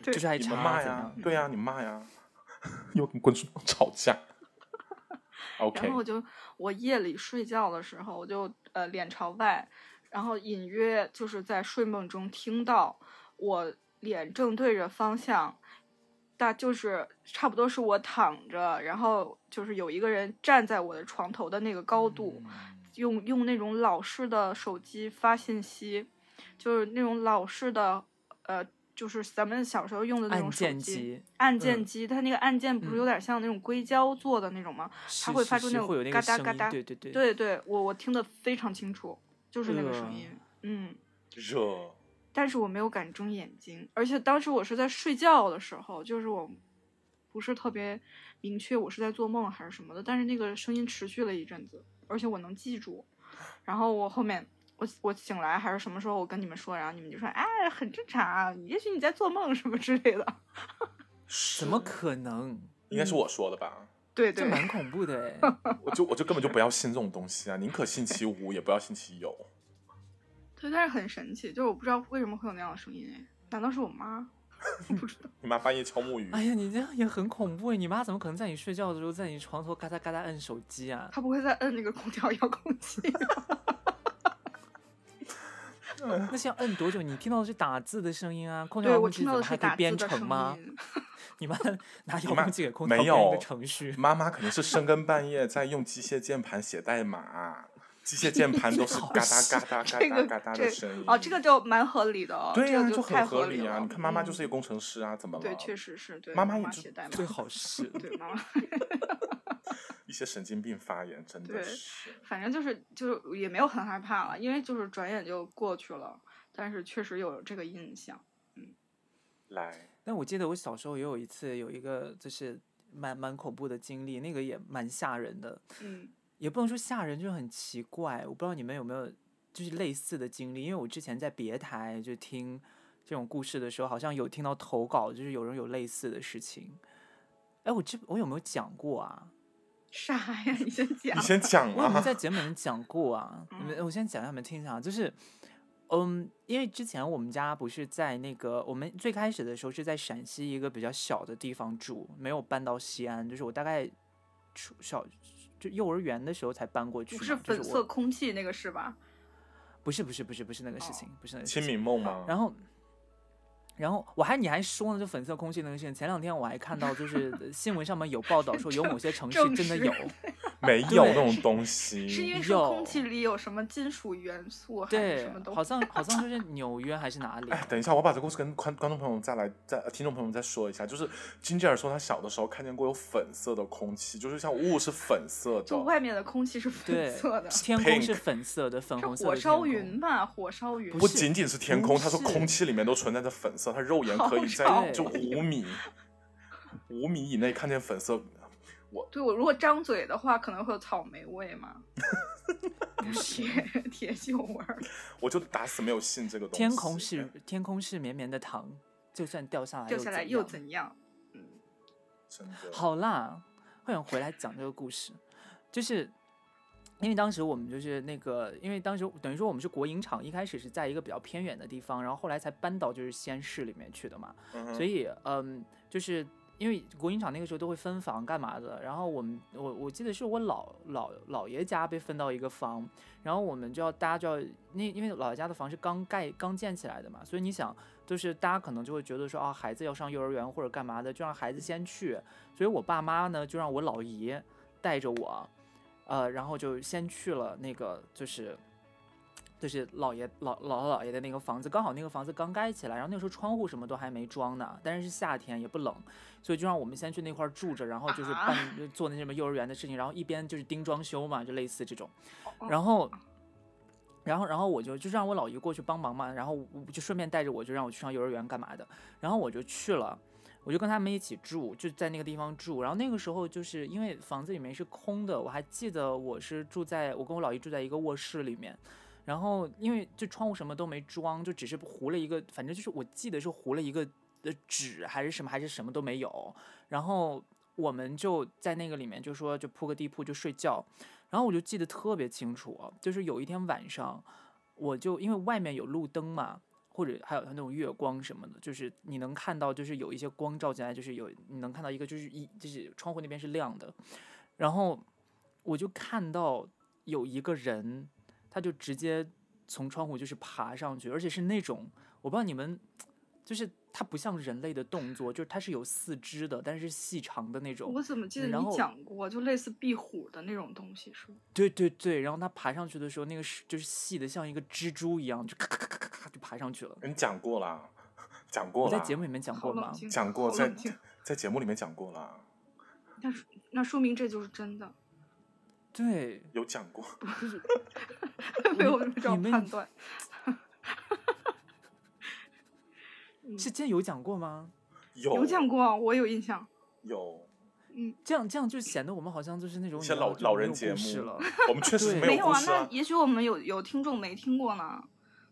[SPEAKER 3] 对
[SPEAKER 1] 就是爱
[SPEAKER 2] 你
[SPEAKER 1] 查
[SPEAKER 2] 们骂
[SPEAKER 1] 怎
[SPEAKER 2] 呀
[SPEAKER 1] 样，
[SPEAKER 2] 对呀，你们骂呀， 又跟观众 吵架。OK，
[SPEAKER 3] 然后我就我夜里睡觉的时候，我就呃脸朝外，然后隐约就是在睡梦中听到我脸正对着方向，大就是差不多是我躺着，然后就是有一个人站在我的床头的那个高度，
[SPEAKER 1] 嗯
[SPEAKER 3] 用用那种老式的手机发信息，就是那种老式的呃。就是咱们小时候用的那
[SPEAKER 1] 按
[SPEAKER 3] 种手
[SPEAKER 1] 键
[SPEAKER 3] 机，
[SPEAKER 1] 机，
[SPEAKER 3] 按键
[SPEAKER 1] 嗯
[SPEAKER 3] 机，它那个按键不是有
[SPEAKER 1] 嗯
[SPEAKER 3] 点像那种硅胶做的那种吗？
[SPEAKER 1] 是
[SPEAKER 3] 它会
[SPEAKER 1] 是
[SPEAKER 3] 发出
[SPEAKER 1] 是
[SPEAKER 3] 那种
[SPEAKER 1] 会有那
[SPEAKER 3] 嘎
[SPEAKER 1] 个
[SPEAKER 3] 哒
[SPEAKER 1] 声
[SPEAKER 3] 嘎
[SPEAKER 1] 音
[SPEAKER 3] 哒
[SPEAKER 1] 对对对，
[SPEAKER 3] 对对，我我听得非常清楚，就是那个
[SPEAKER 1] 呃
[SPEAKER 3] 声音，嗯，
[SPEAKER 2] 热，
[SPEAKER 3] 但是我没有敢睁眼睛，而且当时我是在睡觉的时候，就是我不是特别明确我是在做梦还是什么的，但是那个声音持续了一阵子，而且我能记住，然后我后面。我我醒来还是什么时候？我跟你们说，然后你们就说，哎，很正常啊，也许你在做梦什么之类的。
[SPEAKER 1] 怎么可能？
[SPEAKER 2] 应该是我说的吧？
[SPEAKER 3] 对
[SPEAKER 1] 这
[SPEAKER 3] 对，
[SPEAKER 1] 蛮恐怖的 哎，
[SPEAKER 2] 我就我就根本就不要信这种东西啊，宁可信其无，也不要信其有。
[SPEAKER 3] 对，但是很神奇，就是我不知道为什么会有那样的声音哎，难道是我妈？ 不知道。
[SPEAKER 2] 你妈半夜敲木鱼，
[SPEAKER 1] 哎呀，你这样也很恐怖哎！你妈怎么可能在你睡觉的时候在你床头嘎哒嘎哒摁手机啊？
[SPEAKER 3] 他不会再摁那个空调遥控器吧，
[SPEAKER 1] 那是要摁多久？你听到的是打字的声音啊，空调
[SPEAKER 3] 对
[SPEAKER 1] 遥
[SPEAKER 3] 我
[SPEAKER 1] 控器怎
[SPEAKER 3] 听到
[SPEAKER 1] 么
[SPEAKER 3] 的是
[SPEAKER 1] 还可以
[SPEAKER 3] 打字
[SPEAKER 1] 编
[SPEAKER 3] 的
[SPEAKER 1] 程
[SPEAKER 3] 声
[SPEAKER 1] 吗？
[SPEAKER 3] 音。
[SPEAKER 1] 你妈 拿
[SPEAKER 2] 你
[SPEAKER 1] 遥
[SPEAKER 2] 妈
[SPEAKER 1] 控器给空调
[SPEAKER 2] 没
[SPEAKER 1] 编一个
[SPEAKER 2] 有
[SPEAKER 1] 程序，
[SPEAKER 2] 妈妈肯定是深更半夜在用机械键盘写代码，机械键盘都是嘎哒嘎哒嘎
[SPEAKER 3] 这
[SPEAKER 2] 哒
[SPEAKER 3] 个
[SPEAKER 2] 嘎哒
[SPEAKER 3] 这
[SPEAKER 2] 的声音。
[SPEAKER 3] 哦，这个就蛮合理的哦，
[SPEAKER 2] 对
[SPEAKER 3] 这
[SPEAKER 2] 呀、
[SPEAKER 3] 个就
[SPEAKER 2] 很
[SPEAKER 3] 太
[SPEAKER 2] 合
[SPEAKER 3] 理
[SPEAKER 2] 啊！
[SPEAKER 3] 了。
[SPEAKER 2] 你看妈妈就是一
[SPEAKER 3] 嗯
[SPEAKER 2] 个工程师啊，怎么了？
[SPEAKER 3] 对，确实是对
[SPEAKER 2] 妈妈也就
[SPEAKER 3] 写代码
[SPEAKER 1] 最，好是
[SPEAKER 3] 对妈妈，
[SPEAKER 2] 一些神经病发言，真的
[SPEAKER 3] 对
[SPEAKER 2] 是。
[SPEAKER 3] 反正就是就是也没有很害怕了，因为就是转眼就过去了，但是确实有这个印象。
[SPEAKER 2] 来，
[SPEAKER 1] 但我记得我小时候也有一次有一个就是蛮蛮恐怖的经历，那个也蛮吓人的，
[SPEAKER 3] 嗯，
[SPEAKER 1] 也不能说吓人，就是很奇怪。我不知道你们有没有就是类似的经历，因为我之前在别台就听这种故事的时候，好像有听到投稿，就是有人有类似的事情。哎，我这我有没有讲过啊？
[SPEAKER 3] 啥呀？你先讲。
[SPEAKER 2] 你先讲
[SPEAKER 1] 我有没有
[SPEAKER 2] 啊。
[SPEAKER 1] 在节目里面讲过啊？你
[SPEAKER 3] 嗯
[SPEAKER 1] 们，我先讲给你们听一下，啊就是，嗯，因为之前我们家不是在那个，我们最开始的时候是在陕西一个比较小的地方住，没有搬到西安，就是我大概初小就幼儿园的时候才搬过去
[SPEAKER 3] 不
[SPEAKER 1] 嘛，
[SPEAKER 3] 是
[SPEAKER 1] 就是
[SPEAKER 3] 粉
[SPEAKER 1] 我
[SPEAKER 3] 色空气那个是吧？
[SPEAKER 1] 不是不是不是不是那个事
[SPEAKER 3] 哦
[SPEAKER 1] 情，不是那个事
[SPEAKER 2] 清
[SPEAKER 1] 情。
[SPEAKER 2] 明梦吗？
[SPEAKER 1] 然后，然后我还你还说呢，就粉色空气那个事情，前两天我还看到就是 呃新闻上面有报道说有某些城市
[SPEAKER 3] 证
[SPEAKER 1] 真的
[SPEAKER 3] 实
[SPEAKER 1] 有，
[SPEAKER 2] 没有
[SPEAKER 1] 对
[SPEAKER 2] 那种东
[SPEAKER 3] 是因
[SPEAKER 2] 西。
[SPEAKER 3] 为
[SPEAKER 1] 嗯
[SPEAKER 3] 说
[SPEAKER 1] 有
[SPEAKER 3] 空气里有什么金属元素还是
[SPEAKER 1] 对
[SPEAKER 3] 什么，东
[SPEAKER 1] 好
[SPEAKER 3] 西？
[SPEAKER 1] 像好像就是纽约还是哪 里，啊
[SPEAKER 2] 哎，等一下，我把这故事跟观观众朋友再来再呃听众朋友们再说一下，就是金吉尔说他小的时候看见过有粉色的空气，就是像雾是粉色的，
[SPEAKER 3] 就外面的空气是粉
[SPEAKER 1] 对
[SPEAKER 3] 色的，，
[SPEAKER 1] 天空
[SPEAKER 2] Pink
[SPEAKER 1] 是粉色的，粉
[SPEAKER 3] 是
[SPEAKER 1] 红色的
[SPEAKER 3] 火
[SPEAKER 1] 天
[SPEAKER 3] 烧
[SPEAKER 1] 空
[SPEAKER 3] 云吧？火烧云
[SPEAKER 2] 不
[SPEAKER 1] 是
[SPEAKER 2] 仅仅是天空，
[SPEAKER 1] 不
[SPEAKER 2] 他说
[SPEAKER 1] 是
[SPEAKER 2] 空气里面都存在着粉色，他肉眼
[SPEAKER 3] 好啊
[SPEAKER 2] 可以在
[SPEAKER 1] 少
[SPEAKER 2] 就
[SPEAKER 1] 对
[SPEAKER 2] 五米五米以内看见粉色。
[SPEAKER 3] 对我如果张嘴的话，可能会有草莓味嘛，
[SPEAKER 1] 不是
[SPEAKER 3] 铁铁锈味儿。
[SPEAKER 2] 我就打死没有信这个东 西。哎
[SPEAKER 1] 天空是天空是绵绵的糖，就算掉下来
[SPEAKER 3] 掉下来又
[SPEAKER 1] 样
[SPEAKER 3] 怎样？
[SPEAKER 2] 真的
[SPEAKER 1] 好啦，会想回来讲这个故事，就是因为当时我们就是那个，因为当时等于说我们是国营厂，一开始是在一个比较偏远的地方，然后后来才搬到就是西安市里面去的嘛，
[SPEAKER 2] 嗯哼
[SPEAKER 1] 所以嗯，就是。因为国营厂那个时候都会分房干嘛的，然后我们我我记得是我老老姥爷家被分到一个房，然后我们就要大家就要那因为姥爷家的房是刚盖刚建起来的嘛，所以你想就是大家可能就会觉得说啊孩子要上幼儿园或者干嘛的，就让孩子先去，所以我爸妈呢就让我老姨带着我，呃，然后就先去了那个就是就是姥爷老姥姥姥爷的那个房子，刚好那个房子刚盖起来，然后那个时候窗户什么都还没装呢，但是是夏天也不冷，所以就让我们先去那块儿住着，然后就是
[SPEAKER 3] 啊
[SPEAKER 1] 办、做那什么幼儿园的事情，然后一边就是盯装修嘛，就类似这种
[SPEAKER 3] 哦，
[SPEAKER 1] 然后。然后，然后我就就让我老姨过去帮忙嘛，然后我就顺便带着我就让我去上幼儿园干嘛的，然后我就去了，我就跟他们一起住，就在那个地方住。然后那个时候就是因为房子里面是空的，我还记得我是住在我跟我老姨住在一个卧室里面，然后因为就窗户什么都没装，就只是糊了一个，反正就是我记得是糊了一个呃纸还是什么还是什么都没有。然后我们就在那个里面就说就铺个地铺就睡觉，然后我就记得特别清楚，啊就是有一天晚上，我就因为外面有路灯嘛，或者还有它那种月光什么的，就是你能看到，就是有一些光照进来，就是有你能看到一个就是一就是窗户那边是亮的，然后我就看到有一个人，他就直接从窗户就是爬上去，而且是那种我不知道你们，就是他不像人类的动作，就是他是有四肢的，但是细长的那种
[SPEAKER 3] 我，怎么记得
[SPEAKER 1] 嗯然
[SPEAKER 3] 你
[SPEAKER 1] 后
[SPEAKER 3] 讲过，就类似壁虎的那种东西是吗？
[SPEAKER 1] 对对对，然后他爬上去的时候，那个是就是细的像一个蜘蛛一样，就咔咔咔咔咔就爬上去了。
[SPEAKER 2] 你嗯讲过啦， 讲过
[SPEAKER 1] 我
[SPEAKER 2] 啦，
[SPEAKER 1] 在节目里面讲
[SPEAKER 3] 好
[SPEAKER 1] 过
[SPEAKER 3] 冷
[SPEAKER 1] 吗？
[SPEAKER 3] 静，
[SPEAKER 2] 讲过
[SPEAKER 3] 好
[SPEAKER 2] 在
[SPEAKER 3] 冷静。
[SPEAKER 2] 在节目里面讲过啦，
[SPEAKER 3] 那说那说明这就是真的，
[SPEAKER 1] 对，
[SPEAKER 2] 有讲过。
[SPEAKER 3] 没有这 种
[SPEAKER 1] 你们
[SPEAKER 3] 判断。嗯
[SPEAKER 1] 是真有讲过吗？
[SPEAKER 2] 有
[SPEAKER 3] 有讲过，啊我有印象。
[SPEAKER 2] 有，
[SPEAKER 3] 嗯，
[SPEAKER 1] 这样这样就显得我们好像就是那种
[SPEAKER 2] 一
[SPEAKER 1] 你
[SPEAKER 2] 些
[SPEAKER 1] 知道
[SPEAKER 2] 老
[SPEAKER 1] 就
[SPEAKER 2] 老
[SPEAKER 1] 没
[SPEAKER 2] 人
[SPEAKER 1] 有
[SPEAKER 2] 节
[SPEAKER 1] 故事
[SPEAKER 2] 目
[SPEAKER 1] 了，
[SPEAKER 2] 我们确实
[SPEAKER 1] 对
[SPEAKER 2] 没
[SPEAKER 3] 没
[SPEAKER 2] 有
[SPEAKER 3] 有
[SPEAKER 2] 故
[SPEAKER 3] 啊，
[SPEAKER 2] 事
[SPEAKER 3] 那也许我们有有听众没听过呢，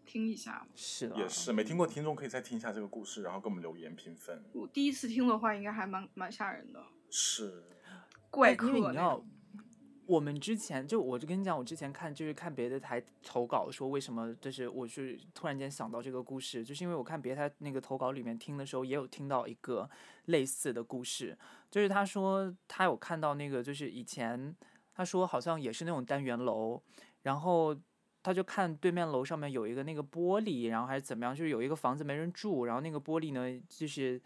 [SPEAKER 3] 听一下。
[SPEAKER 1] 是啊，
[SPEAKER 2] 也是没听过听众可以再听一下这个故事，然后给我们留言评分。
[SPEAKER 3] 我第一次听的话，应该还蛮蛮吓人的，
[SPEAKER 2] 是，
[SPEAKER 3] 怪
[SPEAKER 1] 哎因
[SPEAKER 3] 客
[SPEAKER 1] 为你知
[SPEAKER 3] 那
[SPEAKER 1] 道
[SPEAKER 3] 种。，
[SPEAKER 1] 我们之前就我就跟你讲，我之前看就是看别的台投稿说为什么，就是我是突然间想到这个故事，就是因为我看别的台那个投稿里面听的时候，也有听到一个类似的故事，就是他说他有看到那个就是以前他说好像也是那种单元楼，然后他就看对面楼上面有一个那个玻璃，然后还是怎么样，就是有一个房子没人住，然后那个玻璃呢，就是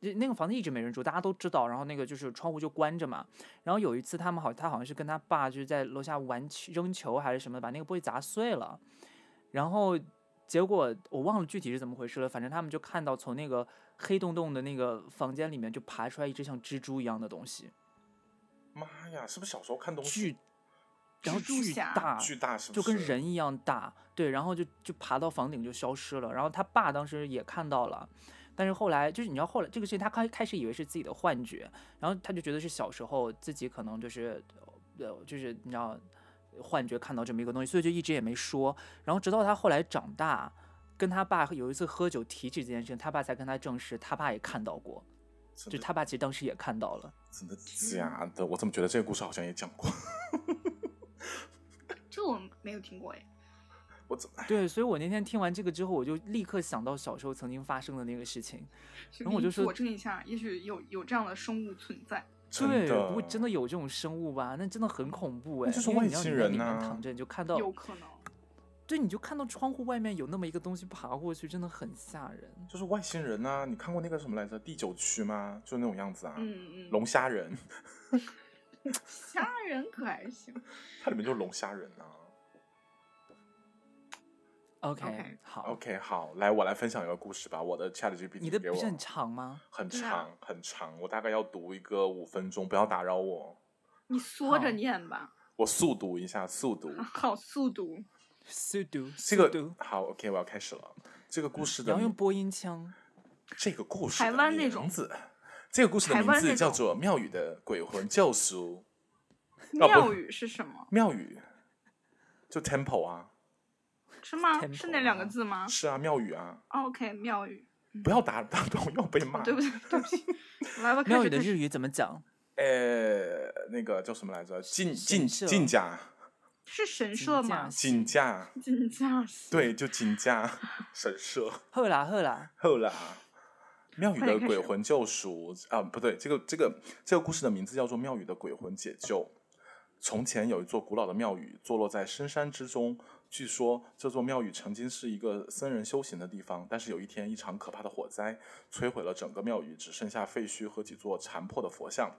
[SPEAKER 1] 就那个房子一直没人住，大家都知道，然后那个就是窗户就关着嘛。然后有一次他们好，他好像是跟他爸就是在楼下玩球扔球还是什么，把那个玻璃砸碎了，然后。结果我忘了具体是怎么回事了，反正他们就看到从那个黑洞洞的那个房间里面就爬出来一只像蜘蛛一样的东西，
[SPEAKER 2] 妈呀，是不是小时候看东西
[SPEAKER 1] 巨，然后
[SPEAKER 3] 蜘蛛
[SPEAKER 1] 巨
[SPEAKER 3] 侠
[SPEAKER 1] 大，
[SPEAKER 2] 巨大，是不？
[SPEAKER 1] 就是跟人一样大，对，然后就就爬到房顶就消失了。然后他爸当时也看到了，但是后来就是你知道后来这个事情，他开开始以为是自己的幻觉，然后他就觉得是小时候自己可能就是呃就是你知道幻觉看到这么一个东西，所以就一直也没说。然后直到他后来长大，跟他爸有一次喝酒提起这件事情，他爸才跟他证实，他爸也看到过，就
[SPEAKER 2] 真的
[SPEAKER 1] 他爸其实当时也看到了。
[SPEAKER 2] 真的假的？我怎么觉得这个故事好像也讲过？
[SPEAKER 3] 这我没有听过哎。
[SPEAKER 2] 我怎么哎
[SPEAKER 1] 对，所以我那天听完这个之后，我就立刻想到小时候曾经发生的那个事情。
[SPEAKER 3] 是
[SPEAKER 1] 然后我
[SPEAKER 3] 你
[SPEAKER 1] 就说
[SPEAKER 3] 佐证一下，也许有有这样的生物存在。
[SPEAKER 2] 真
[SPEAKER 1] 对，
[SPEAKER 2] 的？
[SPEAKER 1] 不过真的有这种生物吧？那真的很恐怖哎、
[SPEAKER 2] 那就是
[SPEAKER 1] 因为
[SPEAKER 2] 外
[SPEAKER 1] 你要
[SPEAKER 2] 星
[SPEAKER 1] 你在
[SPEAKER 2] 人
[SPEAKER 1] 里面
[SPEAKER 2] 呐
[SPEAKER 1] 躺着，你就看到，
[SPEAKER 3] 有可能。
[SPEAKER 1] 对，你就看到窗户外面有那么一个东西爬过去，真的很吓人。
[SPEAKER 2] 就是外星人呐、你看过那个什么来着？第九区吗？就是那种样子啊，
[SPEAKER 3] 嗯嗯，
[SPEAKER 2] 龙虾人，
[SPEAKER 3] 虾仁可还行。
[SPEAKER 2] 它里面就是龙虾人啊。
[SPEAKER 1] OK，,
[SPEAKER 3] OK
[SPEAKER 1] 好
[SPEAKER 2] OK，好，来我来分享一个故事吧。我的 Chat GPT
[SPEAKER 1] 你的
[SPEAKER 2] 给
[SPEAKER 1] 不
[SPEAKER 2] 我
[SPEAKER 1] 是很长吗？
[SPEAKER 2] 很
[SPEAKER 3] 对啊
[SPEAKER 2] 长很长，我大概要读一个五分钟，不要打扰我，
[SPEAKER 3] 你缩
[SPEAKER 1] 好
[SPEAKER 3] 着念吧，
[SPEAKER 2] 我速读一下，速读。
[SPEAKER 3] 好速读。
[SPEAKER 1] 速读，
[SPEAKER 2] 这
[SPEAKER 1] 速
[SPEAKER 2] 个
[SPEAKER 1] 读
[SPEAKER 2] 好，OK，我要开始了。这个故事
[SPEAKER 1] 你
[SPEAKER 2] 的
[SPEAKER 1] 要用播音腔。
[SPEAKER 2] 这个故事
[SPEAKER 3] 台
[SPEAKER 2] 的
[SPEAKER 3] 湾那
[SPEAKER 2] 名
[SPEAKER 3] 种
[SPEAKER 2] 字，这个故事的
[SPEAKER 3] 台
[SPEAKER 2] 名
[SPEAKER 3] 湾
[SPEAKER 2] 字
[SPEAKER 3] 那
[SPEAKER 2] 叫
[SPEAKER 3] 种
[SPEAKER 2] 做《妙语的鬼魂救赎》。啊不
[SPEAKER 3] 庙宇是什么？
[SPEAKER 2] 妙语就 temple 啊，
[SPEAKER 3] 是吗？
[SPEAKER 1] temple
[SPEAKER 3] 是那两个字吗
[SPEAKER 2] 是啊，妙语啊，
[SPEAKER 3] 哦？OK，庙宇。
[SPEAKER 2] 不要 打打断我，要被骂。
[SPEAKER 3] 哦嗯对不起，对 不起。来吧，开
[SPEAKER 1] 妙语
[SPEAKER 3] 始
[SPEAKER 1] 的
[SPEAKER 3] 开始。
[SPEAKER 1] 日语怎么讲？
[SPEAKER 2] 呃，那个叫什么来着？进进
[SPEAKER 1] 神社
[SPEAKER 2] 进甲，
[SPEAKER 3] 是神
[SPEAKER 1] 金
[SPEAKER 3] 社
[SPEAKER 1] 架
[SPEAKER 3] 吗？
[SPEAKER 1] 系
[SPEAKER 2] 进甲，
[SPEAKER 3] 金架系。
[SPEAKER 2] 对，就进 甲神社。
[SPEAKER 1] 赫啦赫啦，
[SPEAKER 2] 后啦，妙语
[SPEAKER 3] 快点
[SPEAKER 2] 的
[SPEAKER 3] 开
[SPEAKER 2] 鬼
[SPEAKER 3] 始
[SPEAKER 2] 魂救赎啊，不对，这个这个这个故事的名字叫做《妙语的鬼魂解救》。从前有一座古老的庙宇，坐落在深山之中。据说这座庙宇曾经是一个僧人修行的地方，但是有一天，一场可怕的火灾摧毁了整个庙宇，只剩下废墟和几座残破的佛像。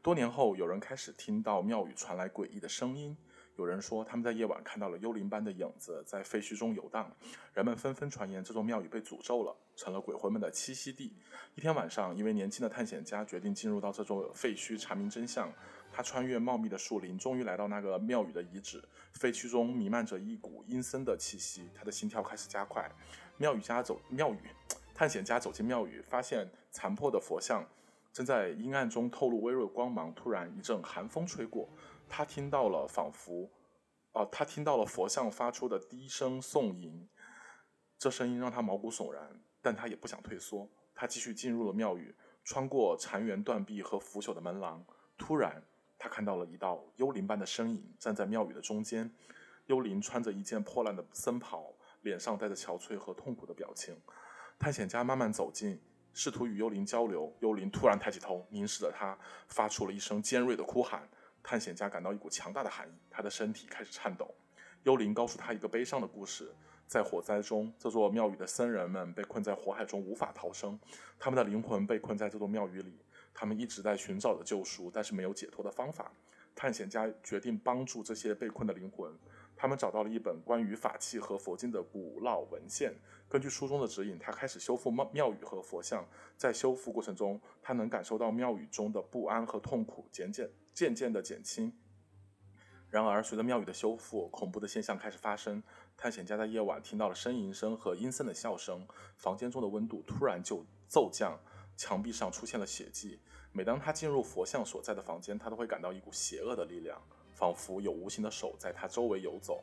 [SPEAKER 2] 多年后，有人开始听到庙宇传来诡异的声音，有人说他们在夜晚看到了幽灵般的影子在废墟中游荡，人们纷纷传言这座庙宇被诅咒了，成了鬼魂们的栖息地。一天晚上，一位年轻的探险家决定进入到这座废墟查明真相。他穿越茂密的树林，终于来到那个庙宇的遗址。废墟中弥漫着一股阴森的气息，他的心跳开始加快。庙宇家走庙宇，探险家走进庙宇，发现残破的佛像正在阴暗中透露微弱光芒。突然一阵寒风吹过，他听到了仿佛，哦、他听到了佛像发出的低声诵吟，这声音让他毛骨悚然，但他也不想退缩。他继续进入了庙宇，穿过残垣断壁和腐朽的门廊。突然，他看到了一道幽灵般的身影站在庙宇的中间。幽灵穿着一件破烂的僧袍，脸上带着憔悴和痛苦的表情。探险家慢慢走近，试图与幽灵交流。幽灵突然抬起头，凝视着他，发出了一声尖锐的哭喊。探险家感到一股强大的寒意，他的身体开始颤抖。幽灵告诉他一个悲伤的故事：在火灾中，这座庙宇的僧人们被困在火海中无法逃生，他们的灵魂被困在这座庙宇里，他们一直在寻找着救赎，但是没有解脱的方法。探险家决定帮助这些被困的灵魂。他们找到了一本关于法器和佛经的古老文献，根据书中的指引，他开始修复庙庙宇和佛像。在修复过程中，他能感受到庙宇中的不安和痛苦渐渐渐渐的减轻。然而，随着庙宇的修复，恐怖的现象开始发生。探险家在夜晚听到了呻吟声和阴森的笑声，房间中的温度突然就骤降，墙壁上出现了血迹。每当他进入佛像所在的房间，他都会感到一股邪恶的力量，仿佛有无形的手在他周围游走。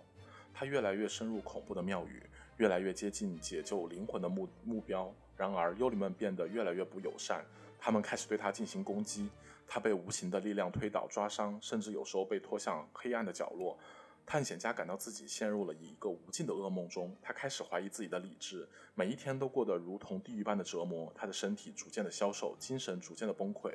[SPEAKER 2] 他越来越深入恐怖的庙宇，越来越接近解救灵魂的目目标。然而，幽灵们变得越来越不友善，他们开始对他进行攻击。他被无形的力量推倒、抓伤，甚至有时候被拖向黑暗的角落。探险家感到自己陷入了一个无尽的噩梦中，他开始怀疑自己的理智，每一天都过得如同地狱般的折磨。他的身体逐渐的消瘦，精神逐渐的崩溃。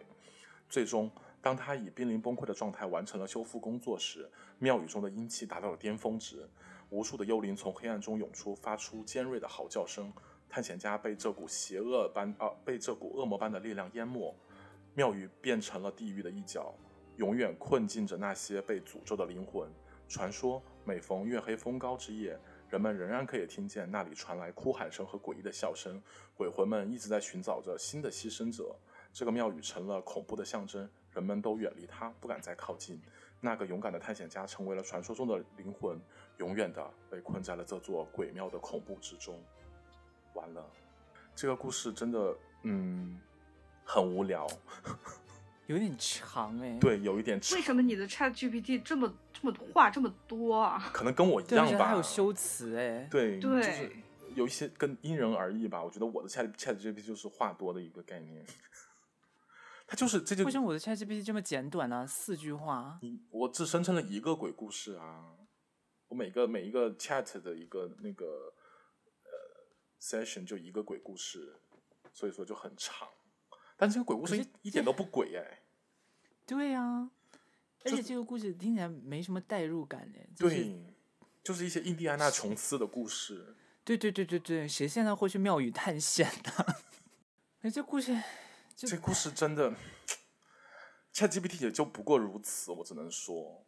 [SPEAKER 2] 最终，当他以濒临崩溃的状态完成了修复工作时，庙宇中的阴气达到了巅峰值，无数的幽灵从黑暗中涌出，发出尖锐的嚎叫声。探险家被这股邪恶般啊、被这股恶魔般的力量淹没，庙宇变成了地狱的一角，永远困禁着那些被诅咒的灵魂。传说每逢月黑风高之夜，人们仍然可以听见那里传来哭喊声和诡异的笑声。鬼魂们一直在寻找着新的牺牲者。这个庙宇成了恐怖的象征，人们都远离它，不敢再靠近。那个勇敢的探险家成为了传说中的灵魂，永远的被困在了这座鬼庙的恐怖之中。完了，这个故事真的，嗯，很无聊。
[SPEAKER 1] 有点长哎。
[SPEAKER 2] 对，有一点
[SPEAKER 3] 为
[SPEAKER 2] 长，
[SPEAKER 3] 什么你的 Chat GPT 这么这么话这么多啊？
[SPEAKER 2] 可能跟我一
[SPEAKER 1] 对，而
[SPEAKER 2] 样
[SPEAKER 1] 且
[SPEAKER 2] 吧。
[SPEAKER 1] 它有修辞哎。
[SPEAKER 2] 对，就
[SPEAKER 3] 对
[SPEAKER 2] 是有一些跟因人而异吧。我觉得我的 Chat Chat GPT 就是话多的一个概念， 它就是这就
[SPEAKER 1] 为什么我的 ChatGPT 这么简短呢、四句话。
[SPEAKER 2] 你我只生成了一个鬼故事啊，我每个每一个 Chat 的一个那个呃 session 就一个鬼故事，所以说就很长。但这个鬼故事
[SPEAKER 1] 可
[SPEAKER 2] 一
[SPEAKER 1] 是
[SPEAKER 2] 一点都不鬼哎、
[SPEAKER 1] 对呀、啊，而
[SPEAKER 2] 就
[SPEAKER 1] 且这个故事听起来没什么代入感哎。就是
[SPEAKER 2] 对，就是一些印第安纳琼斯的故事。
[SPEAKER 1] 对对对对对，谁现在会去庙宇探险呢、 哎，这故事就
[SPEAKER 2] 这故事真的，ChatGPT 也就不过如此，我只能说，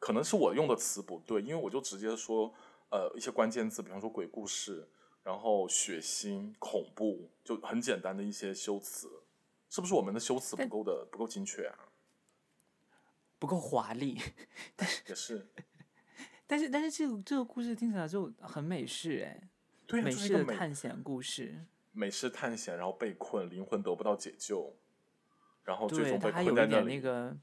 [SPEAKER 2] 可能是我用的词不对，因为我就直接说，呃，一些关键字，比方说鬼故事，然后血腥、恐怖，就很简单的一些修辞，是不是我们的修辞不
[SPEAKER 1] 但
[SPEAKER 2] 够的不够精确啊？
[SPEAKER 1] 不够华丽。
[SPEAKER 2] 也是，
[SPEAKER 1] 但是但是这个这个故事听起来就很美式哎，
[SPEAKER 2] 对啊，
[SPEAKER 1] 美
[SPEAKER 2] 就是一
[SPEAKER 1] 式
[SPEAKER 2] 个
[SPEAKER 1] 的
[SPEAKER 2] 美
[SPEAKER 1] 探险故事。
[SPEAKER 2] 美式探险，然后被困，灵魂得不到解救，然后最
[SPEAKER 1] 对，
[SPEAKER 2] 终
[SPEAKER 1] 它
[SPEAKER 2] 被
[SPEAKER 1] 还
[SPEAKER 2] 困
[SPEAKER 1] 有
[SPEAKER 2] 在
[SPEAKER 1] 一
[SPEAKER 2] 那
[SPEAKER 1] 点
[SPEAKER 2] 里。
[SPEAKER 1] 那个，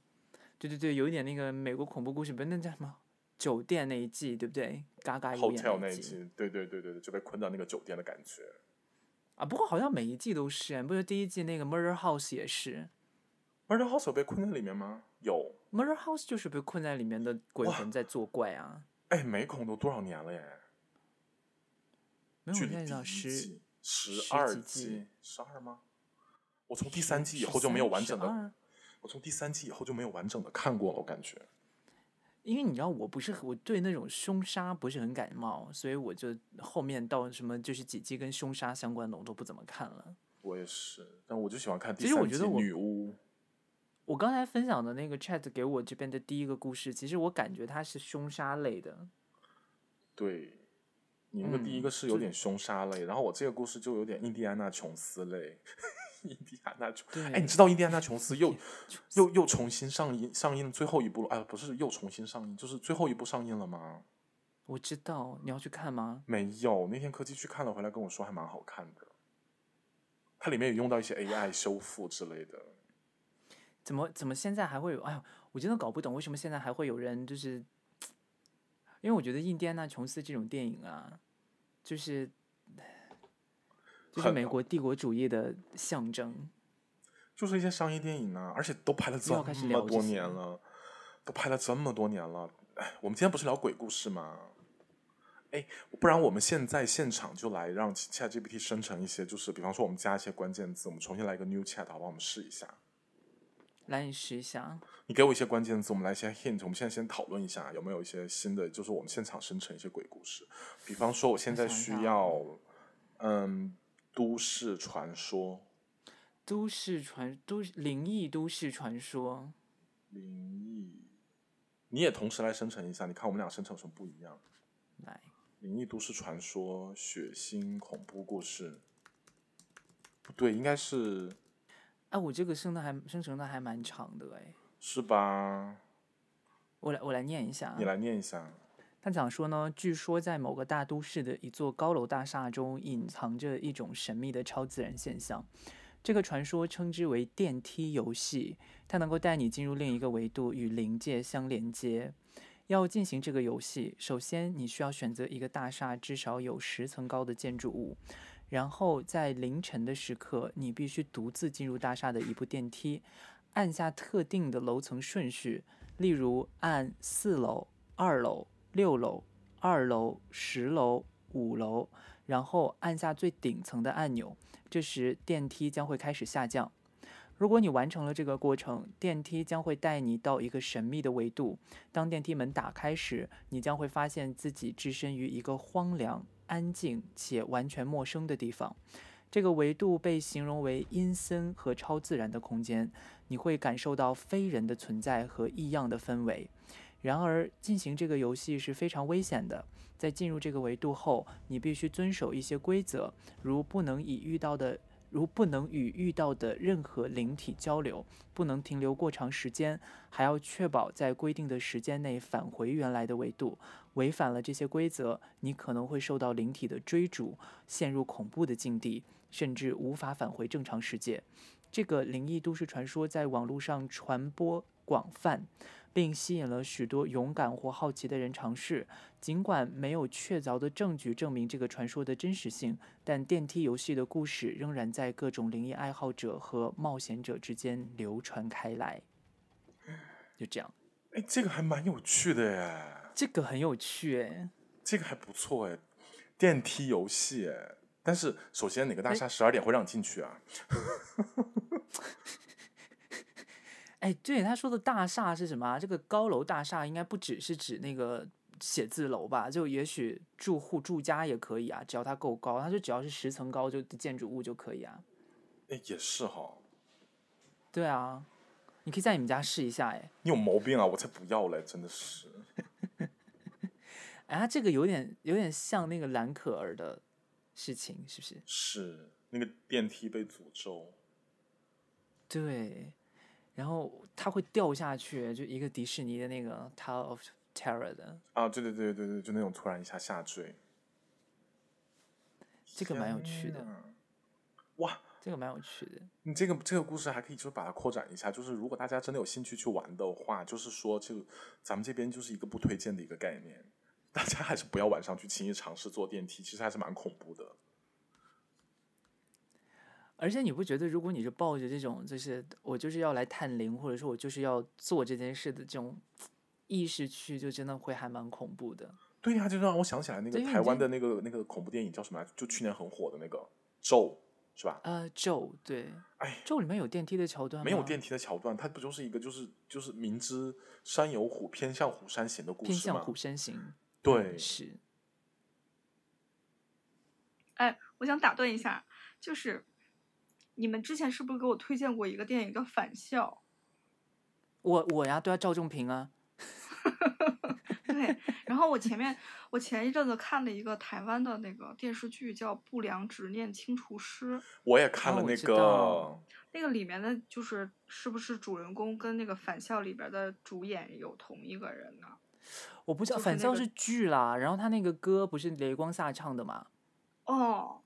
[SPEAKER 1] 对对对，有一点那个美国恐怖故事，不是那叫什么酒店那一季，对不对？嘎嘎有演
[SPEAKER 2] hotel 那
[SPEAKER 1] 那
[SPEAKER 2] 一季，对对对对对，就被困到那个酒店的感觉。
[SPEAKER 1] 啊，不过好像每一季都是哎，不是第一季那个 Murder House 也是
[SPEAKER 2] Murder House 有被困在里面吗？有，
[SPEAKER 1] ，Murder House 就是被困在里面的鬼
[SPEAKER 2] 哇
[SPEAKER 1] 魂在作怪啊。
[SPEAKER 2] 哎，美恐都多少年了耶？
[SPEAKER 1] 没有，
[SPEAKER 2] 距
[SPEAKER 1] 我
[SPEAKER 2] 离
[SPEAKER 1] 在
[SPEAKER 2] 第
[SPEAKER 1] 想
[SPEAKER 2] 一
[SPEAKER 1] 十
[SPEAKER 2] 季十
[SPEAKER 1] 十
[SPEAKER 2] 二
[SPEAKER 1] 几季
[SPEAKER 2] 季，十二吗？我从第三季以后就没有完整的，。我从第三季以后就没有完整的看过了，我感觉。
[SPEAKER 1] 因为你知道，我不是很我对那种凶杀不是很感冒，所以我就后面到什么就是几季跟凶杀相关的我都不怎么看了。
[SPEAKER 2] 我也是，但我就喜欢看第
[SPEAKER 1] 其实我
[SPEAKER 2] 三
[SPEAKER 1] 觉
[SPEAKER 2] 季
[SPEAKER 1] 得我
[SPEAKER 2] 女巫，
[SPEAKER 1] 我刚才分享的那个 Chat 给我这边的第一个故事，其实我感觉它是凶杀类的，
[SPEAKER 2] 对，你那个第一
[SPEAKER 1] 嗯
[SPEAKER 2] 个是有
[SPEAKER 1] 就
[SPEAKER 2] 点凶杀类，然后我这个故事就有点印第安纳琼斯类。 印第安纳琼，哎，
[SPEAKER 1] 对
[SPEAKER 2] 你知道印第安纳琼斯又又又重新上映上映最后一部了？哎，不是又重新上映，就是最后一部上映了吗？
[SPEAKER 1] 我知道你要去看吗？
[SPEAKER 2] 没有，那天柯基去看了，回来跟我说还蛮好看的。它里面有用到一些 AI 修复之类的，
[SPEAKER 1] 怎么怎么现在还会有？哎呦，我真的搞不懂为什么现在还会有人就是，因为我觉得印第安纳琼斯这种电影啊，就是就是
[SPEAKER 2] 很
[SPEAKER 1] 美国帝国主义的象征。
[SPEAKER 2] 就是一些商业电影啊，而且都拍了这
[SPEAKER 1] 又要开始
[SPEAKER 2] 么
[SPEAKER 1] 聊这
[SPEAKER 2] 多
[SPEAKER 1] 些
[SPEAKER 2] 年
[SPEAKER 1] 了
[SPEAKER 2] 了，都拍了这么多年了。哎，我们今天不是聊鬼故事吗？哎，不然我们现在现场就来让 ChatGPT 生成一些，就是比方说我们加一些关键字，我们重新来一个 New Chat，好不好？我们试一下。
[SPEAKER 1] 来，你试一下。
[SPEAKER 2] 你给我一些关键字，我们来一些 hint。我们现在先讨论一下有没有一些新的，就是我们现场生成一些鬼故事。比方说，我现在
[SPEAKER 1] 想一
[SPEAKER 2] 需
[SPEAKER 1] 下啊
[SPEAKER 2] 要，嗯，都市传说、
[SPEAKER 1] 都市传都市灵异都市传说，
[SPEAKER 2] 灵异，你也同时来生成一下，你看我们俩生成有什么不一样？
[SPEAKER 1] 来，
[SPEAKER 2] 灵异都市传说、血腥恐怖故事，不对，应该是
[SPEAKER 1] 哎，我这个生的还生成的还蛮长的哎，
[SPEAKER 2] 是吧？
[SPEAKER 1] 我来我来念一下啊
[SPEAKER 2] 你。来念一下。
[SPEAKER 1] 他讲说呢，据说在某个大都市的一座高楼大厦中隐藏着一种神秘的超自然现象。这个传说称之为电梯游戏，它能够带你进入另一个维度，与灵界相连接。要进行这个游戏，首先你需要选择一个大厦至少有十层高的建筑物，然后在凌晨的时刻，你必须独自进入大厦的一部电梯，按下特定的楼层顺序，例如按四楼、二楼、六楼、二楼、十楼、五楼，然后按下最顶层的按钮，这时电梯将会开始下降。如果你完成了这个过程，电梯将会带你到一个神秘的维度。当电梯门打开时，你将会发现自己置身于一个荒凉、安静且完全陌生的地方。这个维度被形容为阴森和超自然的空间，你会感受到非人的存在和异样的氛围。然而，进行这个游戏是非常危险的。在进入这个维度后，你必须遵守一些规则，如不能以遇到的，如不能与遇到的任何灵体交流，不能停留过长时间，还要确保在规定的时间内返回原来的维度。违反了这些规则，你可能会受到灵体的追逐，陷入恐怖的境地，甚至无法返回正常世界。这个灵异都市传说在网络上传播广泛，并吸引了许多勇敢或好奇的人尝试。尽管没有确凿的证据证明这个传说的真实性，但电梯游戏的故事仍然在各种灵异爱好者和冒险者之间流传开来。就这样，
[SPEAKER 2] 哎，这个还蛮有趣的耶，
[SPEAKER 1] 这个很有趣哎。
[SPEAKER 2] 这个还不错哎，电梯游戏哎。但是首先哪个大厦十二点会让你进去啊？
[SPEAKER 1] 哎，对，他说的大厦是什么啊？这个高楼大厦应该不只是指那个写字楼吧？就也许住户住家也可以啊，只要它够高，它就只要是十层高就的建筑物就可以啊。
[SPEAKER 2] 哎，也是哈，
[SPEAKER 1] 对啊，你可以在你们家试一下哎。
[SPEAKER 2] 你有毛病啊！我才不要嘞，真的是。
[SPEAKER 1] 哎，它这个有点有点像那个蓝可儿的事情，是不是？
[SPEAKER 2] 是那个电梯被诅咒，
[SPEAKER 1] 对，然后它会掉下去，就一个迪士尼的那个 Tower of Terror 的，
[SPEAKER 2] 啊，对对对对对，就那种突然一下下坠，
[SPEAKER 1] 这个蛮有趣的
[SPEAKER 2] 天哪。哇，
[SPEAKER 1] 这个蛮有趣的。
[SPEAKER 2] 你这个这个故事还可以就是把它扩展一下，就是如果大家真的有兴趣去玩的话，就是说就咱们这边就是一个不推荐的一个概念，大家还是不要晚上去轻易尝试坐电梯，其实还是蛮恐怖的。
[SPEAKER 1] 而且你不觉得，如果你是抱着这种就是我就是要来探灵，或者说我就是要做这件事的这种意识去，就真的会还蛮恐怖的。
[SPEAKER 2] 对呀、就让我想起来那个
[SPEAKER 1] 对因为
[SPEAKER 2] 台
[SPEAKER 1] 你
[SPEAKER 2] 湾
[SPEAKER 1] 这
[SPEAKER 2] 的那个那个恐怖电影叫什么来着？就去年很火的那个咒，是吧？
[SPEAKER 1] 呃，咒对，
[SPEAKER 2] 哎，
[SPEAKER 1] 咒里面有电梯的桥段吗？
[SPEAKER 2] 没有电梯的桥段，它不就是一个就是就是明知山有虎，偏向虎山行的故
[SPEAKER 1] 偏
[SPEAKER 2] 事
[SPEAKER 1] 向
[SPEAKER 2] 吗
[SPEAKER 1] 虎？山行。
[SPEAKER 2] 对，
[SPEAKER 1] 是
[SPEAKER 3] 哎，我想打断一下，就是你们之前是不是给我推荐过一个电影叫《返校
[SPEAKER 1] 我我呀，对啊，赵仲平啊，》？
[SPEAKER 3] 对，然后我前面我前一阵子看了一个台湾的那个电视剧叫《不良执念清除师》，
[SPEAKER 2] 我也看
[SPEAKER 1] 哦
[SPEAKER 2] 了
[SPEAKER 1] 我
[SPEAKER 2] 那
[SPEAKER 1] 知
[SPEAKER 2] 个
[SPEAKER 1] 道，
[SPEAKER 3] 那个里面的就是是不是主人公跟那个《返校》里边的主演有同一个人呢？
[SPEAKER 1] 我不知道，
[SPEAKER 3] 就是
[SPEAKER 1] 反
[SPEAKER 3] 那
[SPEAKER 1] 校
[SPEAKER 3] 个
[SPEAKER 1] 是剧啦，然后他那个歌不是雷光萨唱的嘛？
[SPEAKER 3] 哦。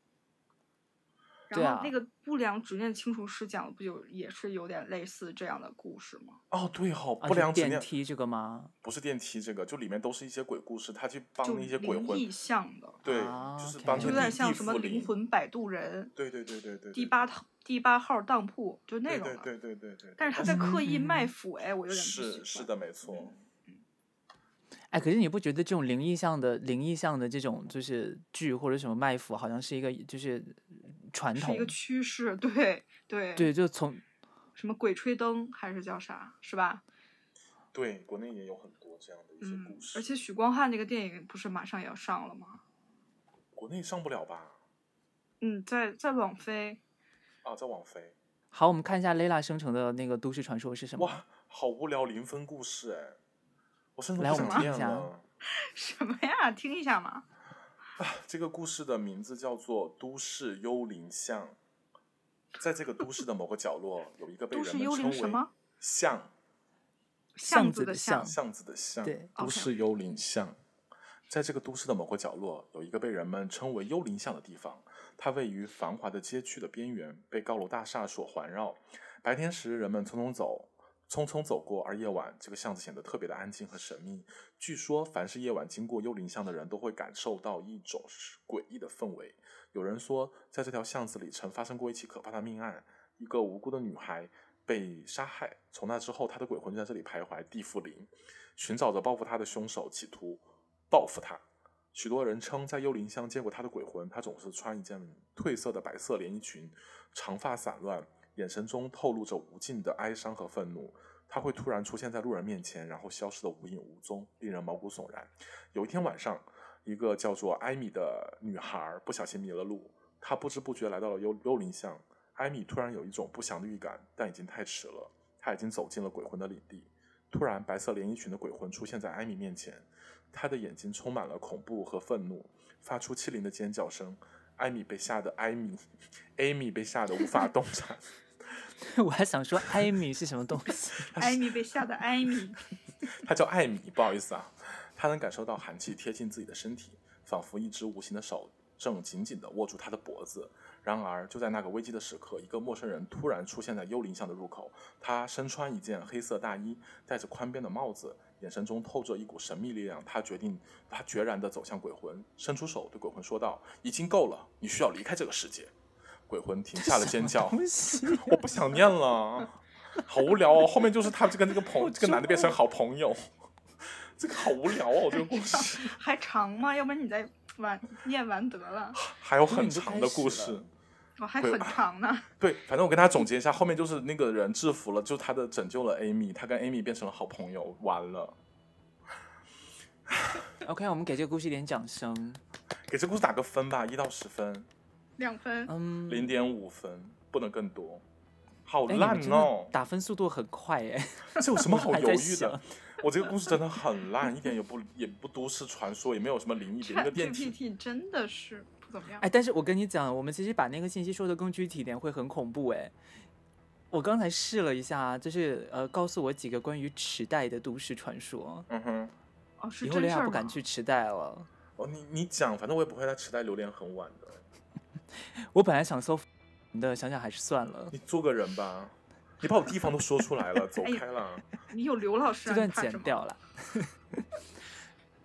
[SPEAKER 3] 然
[SPEAKER 1] 对
[SPEAKER 3] 后
[SPEAKER 1] 啊
[SPEAKER 3] 那个《不良执念清除师》讲的不就也是有点类似这样的故事吗？
[SPEAKER 2] 哦，对哦，
[SPEAKER 1] 啊
[SPEAKER 2] 不
[SPEAKER 1] 就
[SPEAKER 2] 良执
[SPEAKER 1] 电
[SPEAKER 2] 念
[SPEAKER 1] 梯这个吗？
[SPEAKER 2] 不是电梯这个，就里面都是一些鬼故事，他去帮
[SPEAKER 3] 就
[SPEAKER 2] 那些鬼
[SPEAKER 3] 灵
[SPEAKER 2] 魂
[SPEAKER 3] 异，向的，
[SPEAKER 2] 对，
[SPEAKER 1] 啊
[SPEAKER 2] 就是
[SPEAKER 1] OK
[SPEAKER 2] 帮那
[SPEAKER 3] 就有
[SPEAKER 2] 个
[SPEAKER 3] 点
[SPEAKER 2] 地
[SPEAKER 3] 像
[SPEAKER 2] 地
[SPEAKER 3] 什么
[SPEAKER 2] 缚
[SPEAKER 3] 灵魂摆渡人、
[SPEAKER 2] 对对对对对，
[SPEAKER 3] 第
[SPEAKER 2] 对
[SPEAKER 3] 八套第八号当铺，就那
[SPEAKER 2] 对
[SPEAKER 3] 种
[SPEAKER 2] 对
[SPEAKER 3] 的。
[SPEAKER 2] 对对对对，
[SPEAKER 3] 但是他
[SPEAKER 2] 对
[SPEAKER 3] 在刻意卖
[SPEAKER 1] 嗯
[SPEAKER 3] 腐，哎，我有点不
[SPEAKER 2] 是
[SPEAKER 3] 喜欢嗯
[SPEAKER 2] 是的，没错，
[SPEAKER 1] 哎，可是你不觉得这种灵异向的灵异向的这种就是剧或者什么卖腐，好像是一个就是传
[SPEAKER 3] 是
[SPEAKER 1] 统
[SPEAKER 3] 一个？趋势，对对，
[SPEAKER 1] 对，就从
[SPEAKER 3] 什么鬼吹灯还是叫啥，是吧？
[SPEAKER 2] 对，国内也有很多这样的一些
[SPEAKER 3] 嗯
[SPEAKER 2] 故，事，
[SPEAKER 3] 而且许光汉那个电影不是马上也要上了吗？
[SPEAKER 2] 国内上不了吧？
[SPEAKER 3] 嗯，在在网飞，
[SPEAKER 2] 啊，在网飞，
[SPEAKER 1] 好，我们看一下 Lela 生成的那个都市传说是什么？
[SPEAKER 2] 哇，好无聊零分故事哎，我甚至
[SPEAKER 1] 来
[SPEAKER 2] 不
[SPEAKER 1] 我们
[SPEAKER 2] 想
[SPEAKER 1] 听
[SPEAKER 2] 念
[SPEAKER 1] 一下
[SPEAKER 2] 了。
[SPEAKER 3] 什么呀？听一下嘛。
[SPEAKER 2] 这个故事的名字叫做《都市幽灵巷》。在这个都市的某个角落，有一个被
[SPEAKER 3] 都
[SPEAKER 2] 人
[SPEAKER 3] 市
[SPEAKER 2] 们
[SPEAKER 3] 幽
[SPEAKER 2] 称
[SPEAKER 3] 灵什
[SPEAKER 2] 为
[SPEAKER 3] 么？
[SPEAKER 2] “巷
[SPEAKER 1] 巷
[SPEAKER 3] 子
[SPEAKER 1] 子
[SPEAKER 3] 的
[SPEAKER 1] 的巷”，
[SPEAKER 3] 巷
[SPEAKER 2] 巷子的巷，
[SPEAKER 1] 对
[SPEAKER 2] 都
[SPEAKER 3] OK
[SPEAKER 2] 市幽灵巷。在这个都市的某个角落，有一个被人们称为“幽灵巷”的地方，它位于繁华的街区的边缘，被高楼大厦所环绕。白天时，人们匆匆走，匆匆走过，而夜晚，这个巷子显得特别的安静和神秘。据说，凡是夜晚经过幽灵巷的人都会感受到一种诡异的氛围。有人说，在这条巷子里曾发生过一起可怕的命案，一个无辜的女孩被杀害。从那之后，她的鬼魂就在这里徘徊，地缚灵，寻找着报复她的凶手，企图报复她。许多人称在幽灵巷见过她的鬼魂，她总是穿一件褪色的白色连衣裙，长发散乱，眼神中透露着无尽的哀伤和愤怒。她会突然出现在路人面前，然后消失得无影无踪，令人毛骨悚然。有一天晚上，一个叫做艾米的女孩儿不小心迷了路，她不知不觉来到了幽幽灵巷。艾米突然有一种不祥的预感，但已经太迟了，她已经走进了鬼魂的领地。突然，白色连衣裙的鬼魂出现在艾米面前，她的眼睛充满了恐怖和愤怒，发出凄厉的尖叫声。艾米被吓得，艾米，艾米被吓得无法动弹。
[SPEAKER 1] 我还想说艾米是什么东西？
[SPEAKER 3] 艾米被 吓得艾米，
[SPEAKER 2] 他叫艾米，不好意思啊。他能感受到寒气贴近自己的身体，仿佛一只无形的手正紧紧地握住他的脖子。然而，就在那个危机的时刻，一个陌生人突然出现在幽灵巷的入口。他身穿一件黑色大衣，戴着宽边的帽子，眼神中透着一股神秘力量。他决定，他决然地走向鬼魂，伸出手对鬼魂说道：“已经够了，你需要离开这个世界。”鬼魂停下了尖叫
[SPEAKER 1] 什么东西
[SPEAKER 2] 我不想念了，好无聊哦。后面就是他就跟这个朋这个男的变成好朋友， 这个好无聊哦，这个故事
[SPEAKER 3] 还长吗？要不然你再完念完得了，
[SPEAKER 2] 还有
[SPEAKER 1] 那
[SPEAKER 2] 很
[SPEAKER 1] 你就
[SPEAKER 2] 长
[SPEAKER 1] 开
[SPEAKER 2] 的
[SPEAKER 1] 始
[SPEAKER 2] 故
[SPEAKER 1] 了
[SPEAKER 2] 事。
[SPEAKER 3] 我还
[SPEAKER 2] 会
[SPEAKER 3] 很长呢。
[SPEAKER 2] 对，反正我跟大家总结一下，后面就是那个人制服了，就他的拯救了 Amy，他跟 Amy 变成了好朋友，完了，
[SPEAKER 1] OK，我们给这个故事一点掌声。
[SPEAKER 2] 给这故事打个分吧，一到十分，
[SPEAKER 3] 两分，
[SPEAKER 1] 嗯，
[SPEAKER 2] 零点五分，不能更多，好
[SPEAKER 1] 哎你们
[SPEAKER 2] 烂
[SPEAKER 1] 真的
[SPEAKER 2] 哦，
[SPEAKER 1] 打分速度很快哎。
[SPEAKER 2] 这有什么好
[SPEAKER 1] 还
[SPEAKER 2] 犹
[SPEAKER 1] 在
[SPEAKER 2] 豫的
[SPEAKER 1] 想？
[SPEAKER 2] 我这个故事真的很烂，一点也不也不都市传说，也没有什么灵异，连
[SPEAKER 3] Chat
[SPEAKER 2] 个 电梯
[SPEAKER 3] GPT 真的是不怎么样。
[SPEAKER 1] 哎，但是我跟你讲，我们其实把那个信息说的更具体一点，会很恐怖哎。我刚才试了一下，就是呃，告诉我几个关于池袋的都市传说。
[SPEAKER 2] 嗯哼，
[SPEAKER 3] 哦，是
[SPEAKER 1] 以后
[SPEAKER 3] 真
[SPEAKER 1] 雷
[SPEAKER 3] 事
[SPEAKER 1] 尔
[SPEAKER 3] 儿
[SPEAKER 1] 不敢
[SPEAKER 3] 吗
[SPEAKER 1] 去池袋了。
[SPEAKER 2] 哦，你你讲，反正我也不会在池袋留恋很晚的，
[SPEAKER 1] 我本来想搜 的，想想还是算了。
[SPEAKER 2] 你做个人吧，你把我地方都说出来了， 走
[SPEAKER 3] 哎呀
[SPEAKER 2] 开了，
[SPEAKER 3] 你有刘老师、
[SPEAKER 1] 这
[SPEAKER 3] 啊，你
[SPEAKER 1] 段
[SPEAKER 3] 怕什
[SPEAKER 1] 剪
[SPEAKER 3] 么？
[SPEAKER 1] 掉了。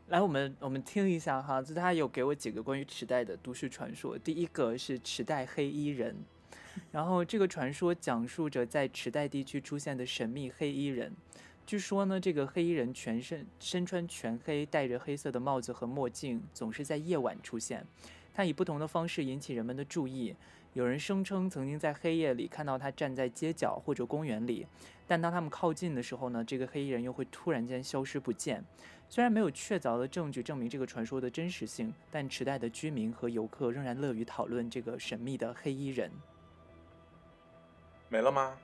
[SPEAKER 1] 来，我们我们听一下哈，就他有给我几个关于池袋的都市传说。第一个是池袋黑衣人，然后这个传说讲述着在池袋地区出现的神秘黑衣人。据说呢，这个黑衣人全身身穿全黑，戴着黑色的帽子和墨镜，总是在夜晚出现。他以不同的方式引起人们的注意。有人声称曾经在黑夜里看到他站在街角或者公园里，但当他们靠近的时候呢，这个黑衣人又会突然间消失不见。虽然没有确凿的证据证明这个传说的真实性，但池袋的居民和游客仍然乐于讨论这个神秘的黑衣人。
[SPEAKER 2] 没了吗？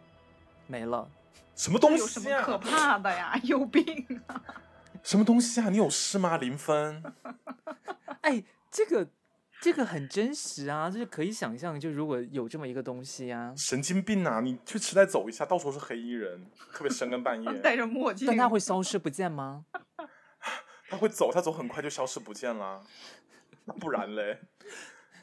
[SPEAKER 1] 没了，
[SPEAKER 2] 什么东
[SPEAKER 3] 有什
[SPEAKER 2] 西
[SPEAKER 3] 么
[SPEAKER 2] 啊？
[SPEAKER 3] 可怕的呀？ 有病！
[SPEAKER 2] 什么东西啊？你有事吗？零分，
[SPEAKER 1] 哎，这个这个很真实啊，就是可以想象，就如果有这么一个东西啊，
[SPEAKER 2] 神经病啊！你去池袋走一下，到时候是黑衣人，特别深更半
[SPEAKER 3] 戴
[SPEAKER 2] 夜，
[SPEAKER 3] 着墨镜，
[SPEAKER 1] 但它会消失不见吗？
[SPEAKER 2] 他会走，他走很快就消失不见啦。那不然嘞？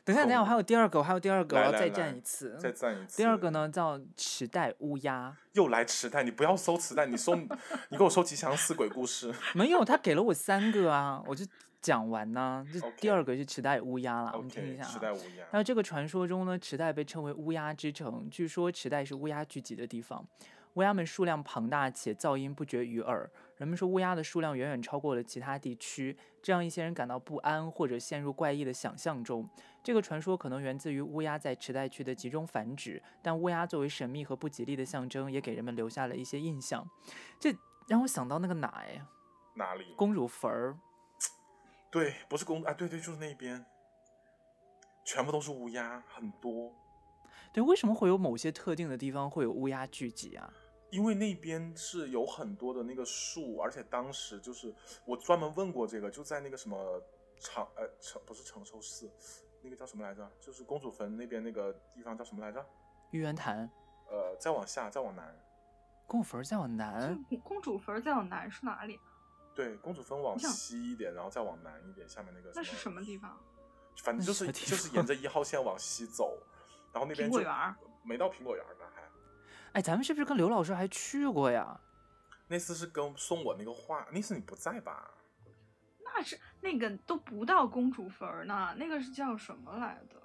[SPEAKER 1] 等一下，等一下，我还有第二个，我还有第二个，我
[SPEAKER 2] 来
[SPEAKER 1] 要
[SPEAKER 2] 来
[SPEAKER 1] 再
[SPEAKER 2] 来
[SPEAKER 1] 战一次。
[SPEAKER 2] 再赞一次。
[SPEAKER 1] 第二个呢，叫池袋乌鸦。
[SPEAKER 2] 又来池袋，你不要搜池袋，你搜你给我搜吉祥寺鬼故事。
[SPEAKER 1] 没有，他给了我三个啊，我就讲完呢、这
[SPEAKER 2] OK
[SPEAKER 1] 第二个是池袋乌鸦啦，我们听
[SPEAKER 2] OK，
[SPEAKER 1] 一下、
[SPEAKER 2] 池
[SPEAKER 1] 啊
[SPEAKER 2] 袋。无恙。
[SPEAKER 1] 那这个传说中呢，池袋被称为乌鸦之城，据说池袋是乌鸦聚集的地方。乌鸦们数量庞大且噪音不绝于耳，人们说乌鸦的数量远远超过了其他地区，这让一些人感到不安或者陷入怪异的想象中。这个传说可能源自于乌鸦在池袋区的集中繁殖，但乌鸦作为神秘和不吉利的象征，也给人们留下了一些印象。这让我想到那个哪哎，
[SPEAKER 2] 哪里？
[SPEAKER 1] 公主坟儿。
[SPEAKER 2] 对，不是公啊，对对，就是那边，全部都是乌鸦，很多。
[SPEAKER 1] 对，为什么会有某些特定的地方会有乌鸦聚集啊？
[SPEAKER 2] 因为那边是有很多的那个树，而且当时就是我专门问过这个，就在那个什么长呃长不是长寿寺，那个叫什么来着？就是公主坟那边那个地方叫什么来着？
[SPEAKER 1] 玉渊潭，
[SPEAKER 2] 呃，再往下，再往南，
[SPEAKER 1] 公主坟儿再往
[SPEAKER 3] 这
[SPEAKER 1] 南，
[SPEAKER 3] 公公主坟在我南是哪里？
[SPEAKER 2] 对，公主坟往
[SPEAKER 3] 我想
[SPEAKER 2] 西一点，然后再往南一点，下面那个
[SPEAKER 3] 那是什么地方？
[SPEAKER 2] 反正就
[SPEAKER 1] 那是
[SPEAKER 2] 是
[SPEAKER 1] 什么地
[SPEAKER 2] 就是沿着一号线往西走，然后那边
[SPEAKER 3] 苹
[SPEAKER 2] 就
[SPEAKER 3] 果园儿
[SPEAKER 2] 没到苹果园儿呢，还
[SPEAKER 1] 哎，咱们是不是跟刘老师还去过呀？
[SPEAKER 2] 那次是跟送我那个画，那次你不在吧？
[SPEAKER 3] 那是那个都不到公主坟儿呢，那个是叫什么来的？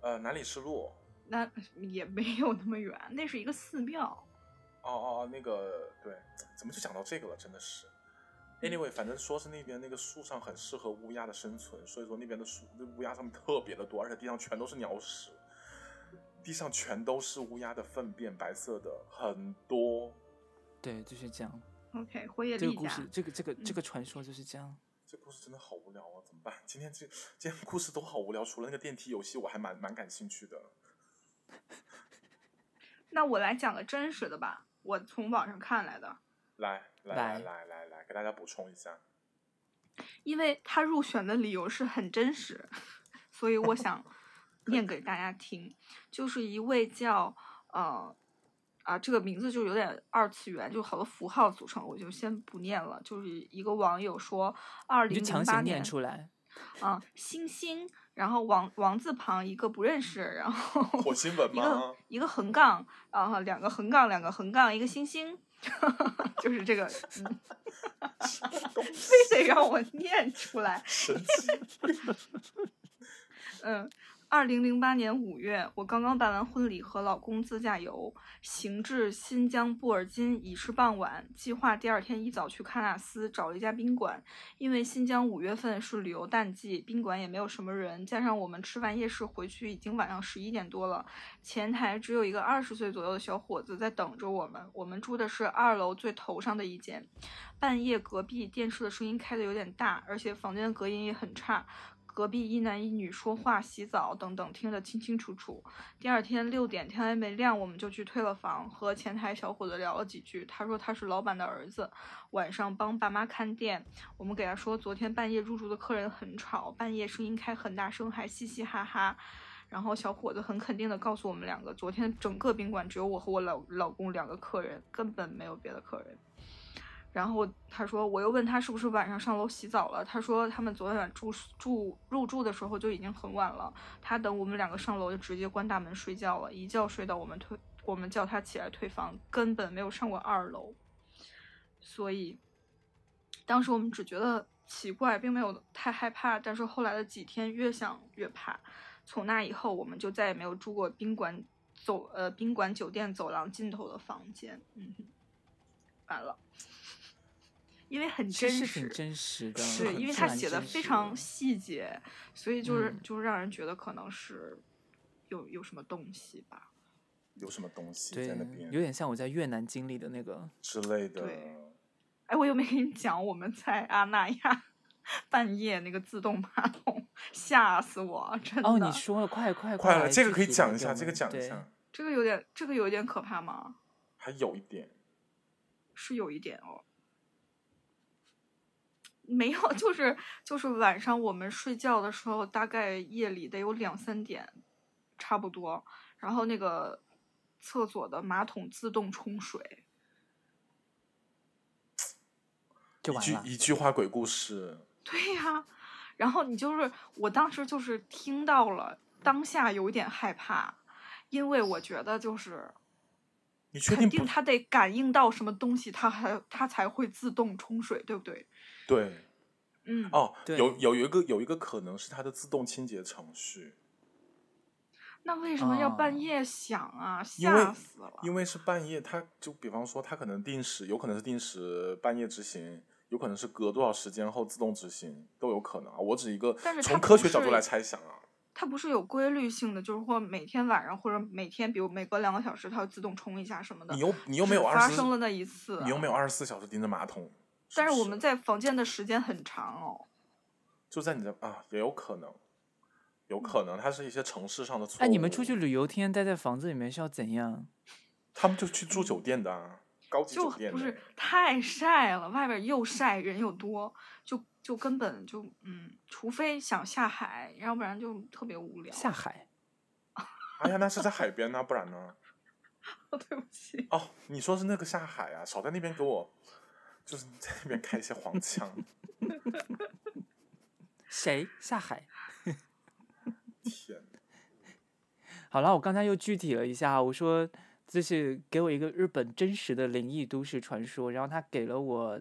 [SPEAKER 2] 呃，哪里是路？
[SPEAKER 3] 那也没有那么远，那是一个寺庙。
[SPEAKER 2] 哦哦哦，那个对，怎么就讲到这个了？真的是。Anyway，反 正说是那边那个树上很适合乌鸦的生存，所以说那边的树那乌鸦上面特别的多，而且地上全都是鸟屎，地上全都是乌鸦的粪便，白色的很多。
[SPEAKER 1] 对，就是这样。
[SPEAKER 3] OK，辉夜
[SPEAKER 1] 这个
[SPEAKER 3] 丽
[SPEAKER 1] 故
[SPEAKER 3] 家
[SPEAKER 1] 事，这个这个这
[SPEAKER 3] 嗯
[SPEAKER 1] 个传说就是这样。
[SPEAKER 2] 这故事真的好无聊啊，怎么办？今天这今天故事都好无聊，除了那个电梯游戏，我还蛮蛮感兴趣的。
[SPEAKER 3] 那我来讲个真实的吧，我从网上看来的，
[SPEAKER 2] 来来
[SPEAKER 1] 来
[SPEAKER 2] 来来来来，给大家补充一下。
[SPEAKER 3] 因为他入选的理由是很真实， 所以 我想念给大家听。就是一位叫呃啊，这个名字就有点二次元，就好多符号组成，我就先不念了。就是一个网友说，二
[SPEAKER 1] 你就
[SPEAKER 3] 零
[SPEAKER 1] 强
[SPEAKER 3] 零八
[SPEAKER 1] 行
[SPEAKER 3] 年
[SPEAKER 1] 念出来。
[SPEAKER 3] 嗯，星星，然后王王字旁一个不认识，然后
[SPEAKER 2] 火星 文
[SPEAKER 3] 一个
[SPEAKER 2] 吗？
[SPEAKER 3] 一个横杠，然后两个横杠，两个横杠，一个星星， 就是这个，嗯非得让我念出来。
[SPEAKER 2] 神奇，
[SPEAKER 3] 嗯，二零零八年五月，我刚刚办完婚礼，和老公自驾游，行至新疆布尔津，已是傍晚。计划第二天一早去喀纳斯找了一家宾馆，因为新疆五月份是旅游淡季，宾馆也没有什么人，加上我们吃完夜市回去已经晚上十一点多了，前台只有一个二十岁左右的小伙子在等着我们。我们住的是二楼最头上的一间，半夜隔壁电视的声音开的有点大，而且房间隔音也很差。隔壁一男一女说话、洗澡等等，听得清清楚楚。第二天六点天还没亮，我们就去退了房，和前台小伙子聊了几句。他说他是老板的儿子，晚上帮爸妈看店。我们给他说，昨天半夜入住的客人很吵，半夜声音开很大声，还嘻嘻哈哈。然后小伙子很肯定地告诉我们两个，昨天整个宾馆只有我和我老老公两个客人，根本没有别的客人。然后他说，我又问他是不是晚上上楼洗澡了，他说他们昨天晚住住入住的时候就已经很晚了，他等我们两个上楼就直接关大门睡觉了，一觉睡到我们退，我们叫他起来退房，根本没有上过二楼。所以当时我们只觉得奇怪，并没有太害怕，但是后来的几天越想越怕。从那以后，我们就再也没有住过宾馆走呃宾馆酒店走廊尽头的房间。嗯哼，完了， 因为很
[SPEAKER 1] 其
[SPEAKER 3] 真
[SPEAKER 1] 实
[SPEAKER 3] 实，
[SPEAKER 1] 是挺真实的，
[SPEAKER 3] 是
[SPEAKER 1] 很
[SPEAKER 3] 因为
[SPEAKER 1] 自
[SPEAKER 3] 他
[SPEAKER 1] 然
[SPEAKER 3] 写的
[SPEAKER 1] 真
[SPEAKER 3] 非
[SPEAKER 1] 实
[SPEAKER 3] 常细节，所以就是、
[SPEAKER 1] 嗯
[SPEAKER 3] 就是让人觉得可能是有有什么东西吧。
[SPEAKER 2] 有什么东西
[SPEAKER 1] 对
[SPEAKER 2] 在那，
[SPEAKER 1] 有
[SPEAKER 2] 边
[SPEAKER 1] 点像我在越南经历的那个，
[SPEAKER 2] 之类的？
[SPEAKER 3] 对哎，我有没有跟你讲我们在阿那亚 半夜那个自动马桶？吓死我！真的，
[SPEAKER 1] 哦，你说了，快快
[SPEAKER 2] 快
[SPEAKER 1] 来
[SPEAKER 2] 了，这个
[SPEAKER 1] 具
[SPEAKER 2] 可以
[SPEAKER 1] 体
[SPEAKER 2] 讲
[SPEAKER 1] 来
[SPEAKER 2] 一
[SPEAKER 1] 给
[SPEAKER 2] 下，
[SPEAKER 1] 我
[SPEAKER 2] 这个
[SPEAKER 1] 们
[SPEAKER 2] 讲一
[SPEAKER 1] 对
[SPEAKER 2] 下，
[SPEAKER 3] 这个有点这个有点可怕吗？
[SPEAKER 2] 还有一点，
[SPEAKER 3] 是有一点哦。没有，就是就是晚上我们睡觉的时候，大概夜里得有两三点，差不多。然后那个厕所的马桶自动冲水，
[SPEAKER 1] 就
[SPEAKER 2] 一
[SPEAKER 1] 完
[SPEAKER 2] 句
[SPEAKER 1] 了。
[SPEAKER 2] 一句话鬼故事，
[SPEAKER 3] 对呀、然后你就是，我当时就是听到了，当下有点害怕，因为我觉得就是
[SPEAKER 2] 你确
[SPEAKER 3] 肯
[SPEAKER 2] 定
[SPEAKER 3] 定
[SPEAKER 2] 不
[SPEAKER 3] 它得感应到什么东西，它还它才会自动冲水，对不对？
[SPEAKER 2] 对？
[SPEAKER 3] 嗯，
[SPEAKER 2] 哦，
[SPEAKER 1] 对
[SPEAKER 2] 有有一个有一个可能是它的自动清洁程序，
[SPEAKER 3] 那为什么要
[SPEAKER 1] 哦
[SPEAKER 3] 半夜响啊？
[SPEAKER 2] 因为
[SPEAKER 3] 吓死了！
[SPEAKER 2] 因为是半夜，它就比方说它可能定时，有可能是定时半夜执行，有可能是隔多少时间后自动执行，都有可能啊。我只一个
[SPEAKER 3] 但是它
[SPEAKER 2] 从
[SPEAKER 3] 不
[SPEAKER 2] 科学角
[SPEAKER 3] 是
[SPEAKER 2] 度来猜想啊，
[SPEAKER 3] 它不是有规律性的，就是或每天晚上或者每天，比如每隔两个小时，它会自动冲一下什么的。
[SPEAKER 2] 你又你又没有
[SPEAKER 3] 呃只
[SPEAKER 2] 二
[SPEAKER 3] 发
[SPEAKER 2] 十，
[SPEAKER 3] 生了那一次，啊
[SPEAKER 2] 你又没有二十四小时盯着马桶，
[SPEAKER 3] 但
[SPEAKER 2] 不
[SPEAKER 3] 是我们在房间的时间很长哦。
[SPEAKER 2] 就在你的啊，也有可能，有可能它是一些城市上的错误。
[SPEAKER 1] 哎，你们出去，旅游，天天待在房子里面是要怎样？
[SPEAKER 2] 他们就去住酒店的啊，高级
[SPEAKER 3] 就
[SPEAKER 2] 酒店
[SPEAKER 3] 不
[SPEAKER 2] 的
[SPEAKER 3] 是太晒了，外边又晒，人又多，就就根本就嗯，除非想下海，要不然就特别无聊。
[SPEAKER 1] 下海？
[SPEAKER 2] 哎呀，那是在海边呢、不然呢？
[SPEAKER 3] 对不起，
[SPEAKER 2] 哦，你说是那个下海啊？少在那边给我，就是在那边开一些黄腔。
[SPEAKER 1] 谁下海？
[SPEAKER 2] 天，
[SPEAKER 1] 好了，我刚才又具体了一下，啊我说就是给我一个日本真实的灵异都市传说，然后他给了我，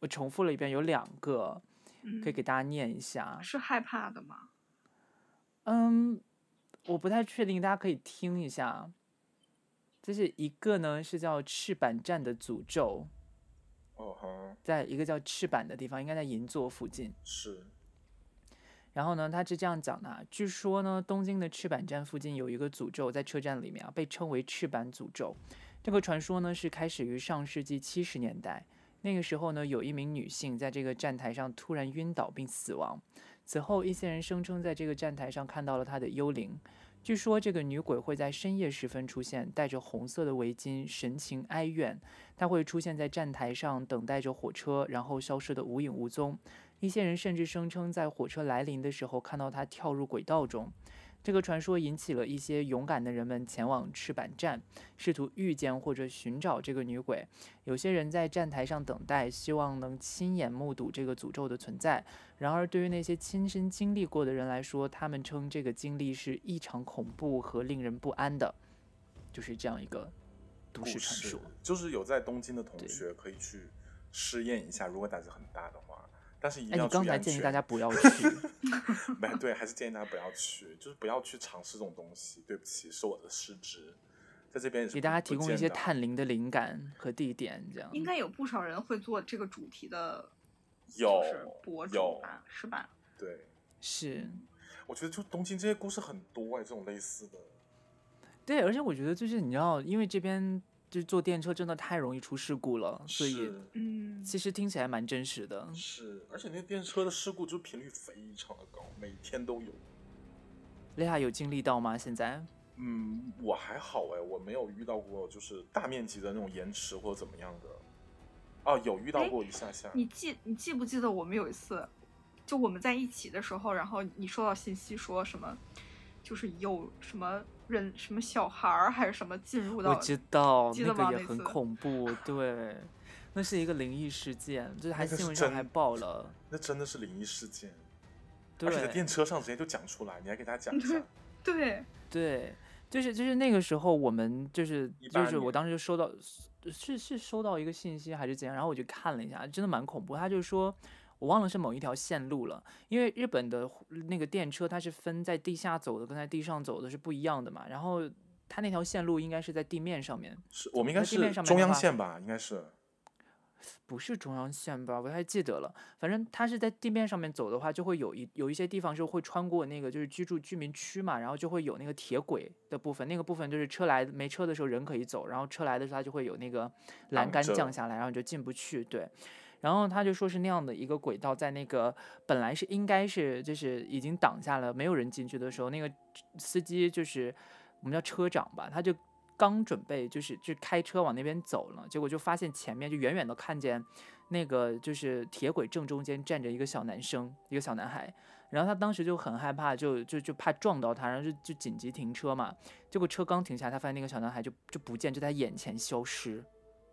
[SPEAKER 1] 我重复了一遍，有两个
[SPEAKER 3] 嗯
[SPEAKER 1] 可以给大家念一下。
[SPEAKER 3] 是害怕的吗？
[SPEAKER 1] 嗯，我不太确定，大家可以听一下。就是一个呢是叫赤坂站的诅咒，
[SPEAKER 2] 哦哼，
[SPEAKER 1] 在一个叫赤坂的地方，应该在银座附近。
[SPEAKER 2] 是
[SPEAKER 1] 然后呢，他是这样讲的啊：据说呢，东京的赤坂站附近有一个诅咒，在车站里面啊，被称为赤坂诅咒。这个传说呢，是开始于上世纪七十年代。那个时候呢，有一名女性在这个站台上突然晕倒并死亡。此后，一些人声称在这个站台上看到了她的幽灵。据说这个女鬼会在深夜时分出现，戴着红色的围巾，神情哀怨。她会出现在站台上，等待着火车，然后消失得无影无踪。一些人甚至声称在火车来临的时候看到他跳入轨道中。这个传说引起了一些勇敢的人们前往赤坂站，试图遇见或者寻找这个女鬼。有些人在站台上等待，希望能亲眼目睹这个诅咒的存在。然而，对于那些亲身经历过的人来说，他们称这个经历是异常恐怖和令人不安的，就是这样一个都
[SPEAKER 2] 故
[SPEAKER 1] 市
[SPEAKER 2] 事
[SPEAKER 1] 传说。
[SPEAKER 2] 就是有在东京的同
[SPEAKER 1] 对
[SPEAKER 2] 学可以去试验一下，如果胆子很大的话，但是一定
[SPEAKER 1] 哎，
[SPEAKER 2] 要
[SPEAKER 1] 你刚
[SPEAKER 2] 注意
[SPEAKER 1] 才
[SPEAKER 2] 安
[SPEAKER 1] 建议
[SPEAKER 2] 全
[SPEAKER 1] 大家 不要去，
[SPEAKER 2] 没哎对，还是建议大家不要去，就是不要去尝试这种东西。对不起，是我的失职，在这边也是
[SPEAKER 1] 给
[SPEAKER 2] 不
[SPEAKER 1] 大家
[SPEAKER 2] 不
[SPEAKER 1] 提供
[SPEAKER 2] 建
[SPEAKER 1] 一些
[SPEAKER 2] 的
[SPEAKER 1] 探灵的灵感和地点，这样
[SPEAKER 2] 嗯
[SPEAKER 3] 应该有不少人会做这个主题的，
[SPEAKER 2] 有
[SPEAKER 3] 就是博主
[SPEAKER 2] 有
[SPEAKER 3] 吧，是吧？
[SPEAKER 2] 对，
[SPEAKER 1] 是
[SPEAKER 2] 我觉得就东京这些故事很多哎，这种类似的，
[SPEAKER 1] 对。而且我觉得就是你知道，因为这边就坐电车真的太容易出事故了，所以
[SPEAKER 2] 是
[SPEAKER 3] 嗯，
[SPEAKER 1] 其实听起来蛮真实的。
[SPEAKER 2] 是，而且那电车的事故就频率非常的高，每天都有。
[SPEAKER 1] 雷亚有经历到吗？现在
[SPEAKER 2] 嗯，我还好哎，我没有遇到过就是大面积的那种延迟或者怎么样的。啊，有遇到
[SPEAKER 3] 哎
[SPEAKER 2] 过一下下，
[SPEAKER 3] 你记你记不记得我们有一次，就我们在一起的时候，然后你收到信息说什么，就是有什么人什么小孩儿还是什么进入
[SPEAKER 1] 我
[SPEAKER 3] 到，
[SPEAKER 1] 知道
[SPEAKER 3] 记
[SPEAKER 1] 那
[SPEAKER 3] 得吗
[SPEAKER 1] 个也
[SPEAKER 3] 那
[SPEAKER 1] 很
[SPEAKER 3] 次
[SPEAKER 1] 恐怖，对，那是一个灵异事件，就是还
[SPEAKER 2] 那个
[SPEAKER 1] 新
[SPEAKER 2] 是
[SPEAKER 1] 闻上
[SPEAKER 2] 真
[SPEAKER 1] 还报了，
[SPEAKER 2] 那真的是灵异事件，而且在
[SPEAKER 1] 对
[SPEAKER 2] 电车上直接就讲出来，你还给大家讲一
[SPEAKER 3] 对
[SPEAKER 2] 下。
[SPEAKER 3] 对，
[SPEAKER 1] 对，就是就是那个时候我们就是就
[SPEAKER 2] 18
[SPEAKER 1] 是我
[SPEAKER 2] 年
[SPEAKER 1] 当时就收到是是收到一个信息还是怎样，然后我就看了一下，真的蛮恐怖，他就说。我忘了是某一条线路了，因为日本的那个电车它是分在地下走的跟在地上走的是不一样的嘛，然后它那条线路应该是在地面上面，
[SPEAKER 2] 是我们应该
[SPEAKER 1] 在地面
[SPEAKER 2] 是
[SPEAKER 1] 上面
[SPEAKER 2] 中
[SPEAKER 1] 的
[SPEAKER 2] 央
[SPEAKER 1] 话
[SPEAKER 2] 线吧？应该是
[SPEAKER 1] 不是中央线吧？我不太记得了。反正它是在地面上面走的话，就会有一有一些地方是会穿过那个就是居住居民区嘛，然后就会有那个铁轨的部分，那个部分就是车来没车的时候人可以走，然后车来的时候它就会有那个栏
[SPEAKER 2] 挡
[SPEAKER 1] 杆
[SPEAKER 2] 着
[SPEAKER 1] 降下来，然后你就进不去。对。然后他就说是那样的一个轨道，在那个本来是应该是就是已经挡下了，没有人进去的时候，那个司机就是我们叫车长吧，他就刚准备就是就开车往那边走了，结果就发现前面就远远的看见那个就是铁轨正中间站着一个小男生，一个小男孩。然后他当时就很害怕，就就就怕撞到他，然后就就紧急停车嘛。结果车刚停下，他发现那个小男孩就就不见，就在眼前消失。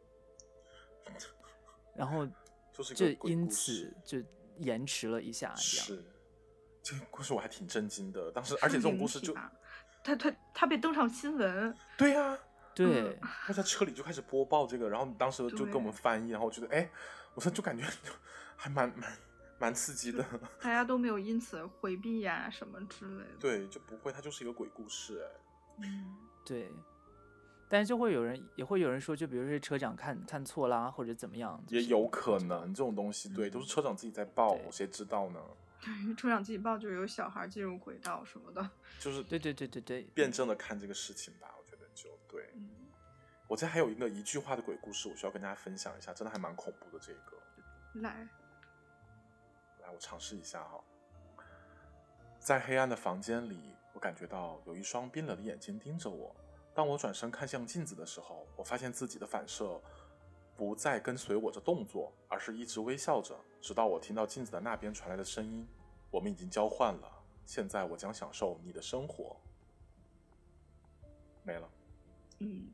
[SPEAKER 1] 然后
[SPEAKER 2] 就是一
[SPEAKER 1] 就
[SPEAKER 2] 个鬼
[SPEAKER 1] 因
[SPEAKER 2] 故
[SPEAKER 1] 此
[SPEAKER 2] 事
[SPEAKER 1] 就延迟了一下，这样
[SPEAKER 2] 是这个故事我还挺震惊的。当时，而且这
[SPEAKER 3] 是
[SPEAKER 2] 种
[SPEAKER 3] 灵
[SPEAKER 2] 故事
[SPEAKER 3] 体
[SPEAKER 2] 就
[SPEAKER 3] 吧他他他被登上新闻，
[SPEAKER 2] 对呀、啊，
[SPEAKER 1] 对，
[SPEAKER 3] 嗯
[SPEAKER 2] 他在车里就开始播报这个，然后当时就
[SPEAKER 3] 对
[SPEAKER 2] 跟我们翻译，然后我觉得哎，我说就感觉 还蛮蛮蛮刺激 的。
[SPEAKER 3] 大家都没有因此回避呀、什么之类的。
[SPEAKER 2] 对，就不会，它就是一个鬼故事哎。
[SPEAKER 3] 嗯，
[SPEAKER 1] 对，但是就会有人也会有人说，就比如说车长看看错啦，或者怎么样，就
[SPEAKER 2] 也
[SPEAKER 1] 是
[SPEAKER 2] 有可能这种东西，对，都是车长自己在报，
[SPEAKER 1] 嗯对
[SPEAKER 2] 谁知道呢？
[SPEAKER 3] 对，车长自己报就是有小孩进入轨道什么的。
[SPEAKER 2] 就是
[SPEAKER 1] 对对对对对，
[SPEAKER 2] 辩证的看这个事情吧，我觉得就对。
[SPEAKER 3] 嗯，
[SPEAKER 2] 我这还有一个一句话的鬼故事，我需要跟大家分享一下，真的还蛮恐怖的这个。
[SPEAKER 3] 来，
[SPEAKER 2] 来，我尝试一下哈。在黑暗的房间里，我感觉到有一双冰冷的眼睛盯着我。当我转身看向镜子的时候，我发现自己的反射不再跟随我的动作，而是一直微笑着，直到我听到镜子的那边传来的声音：“我们已经交换了，现在我将享受你的生活。”没了。
[SPEAKER 3] 嗯，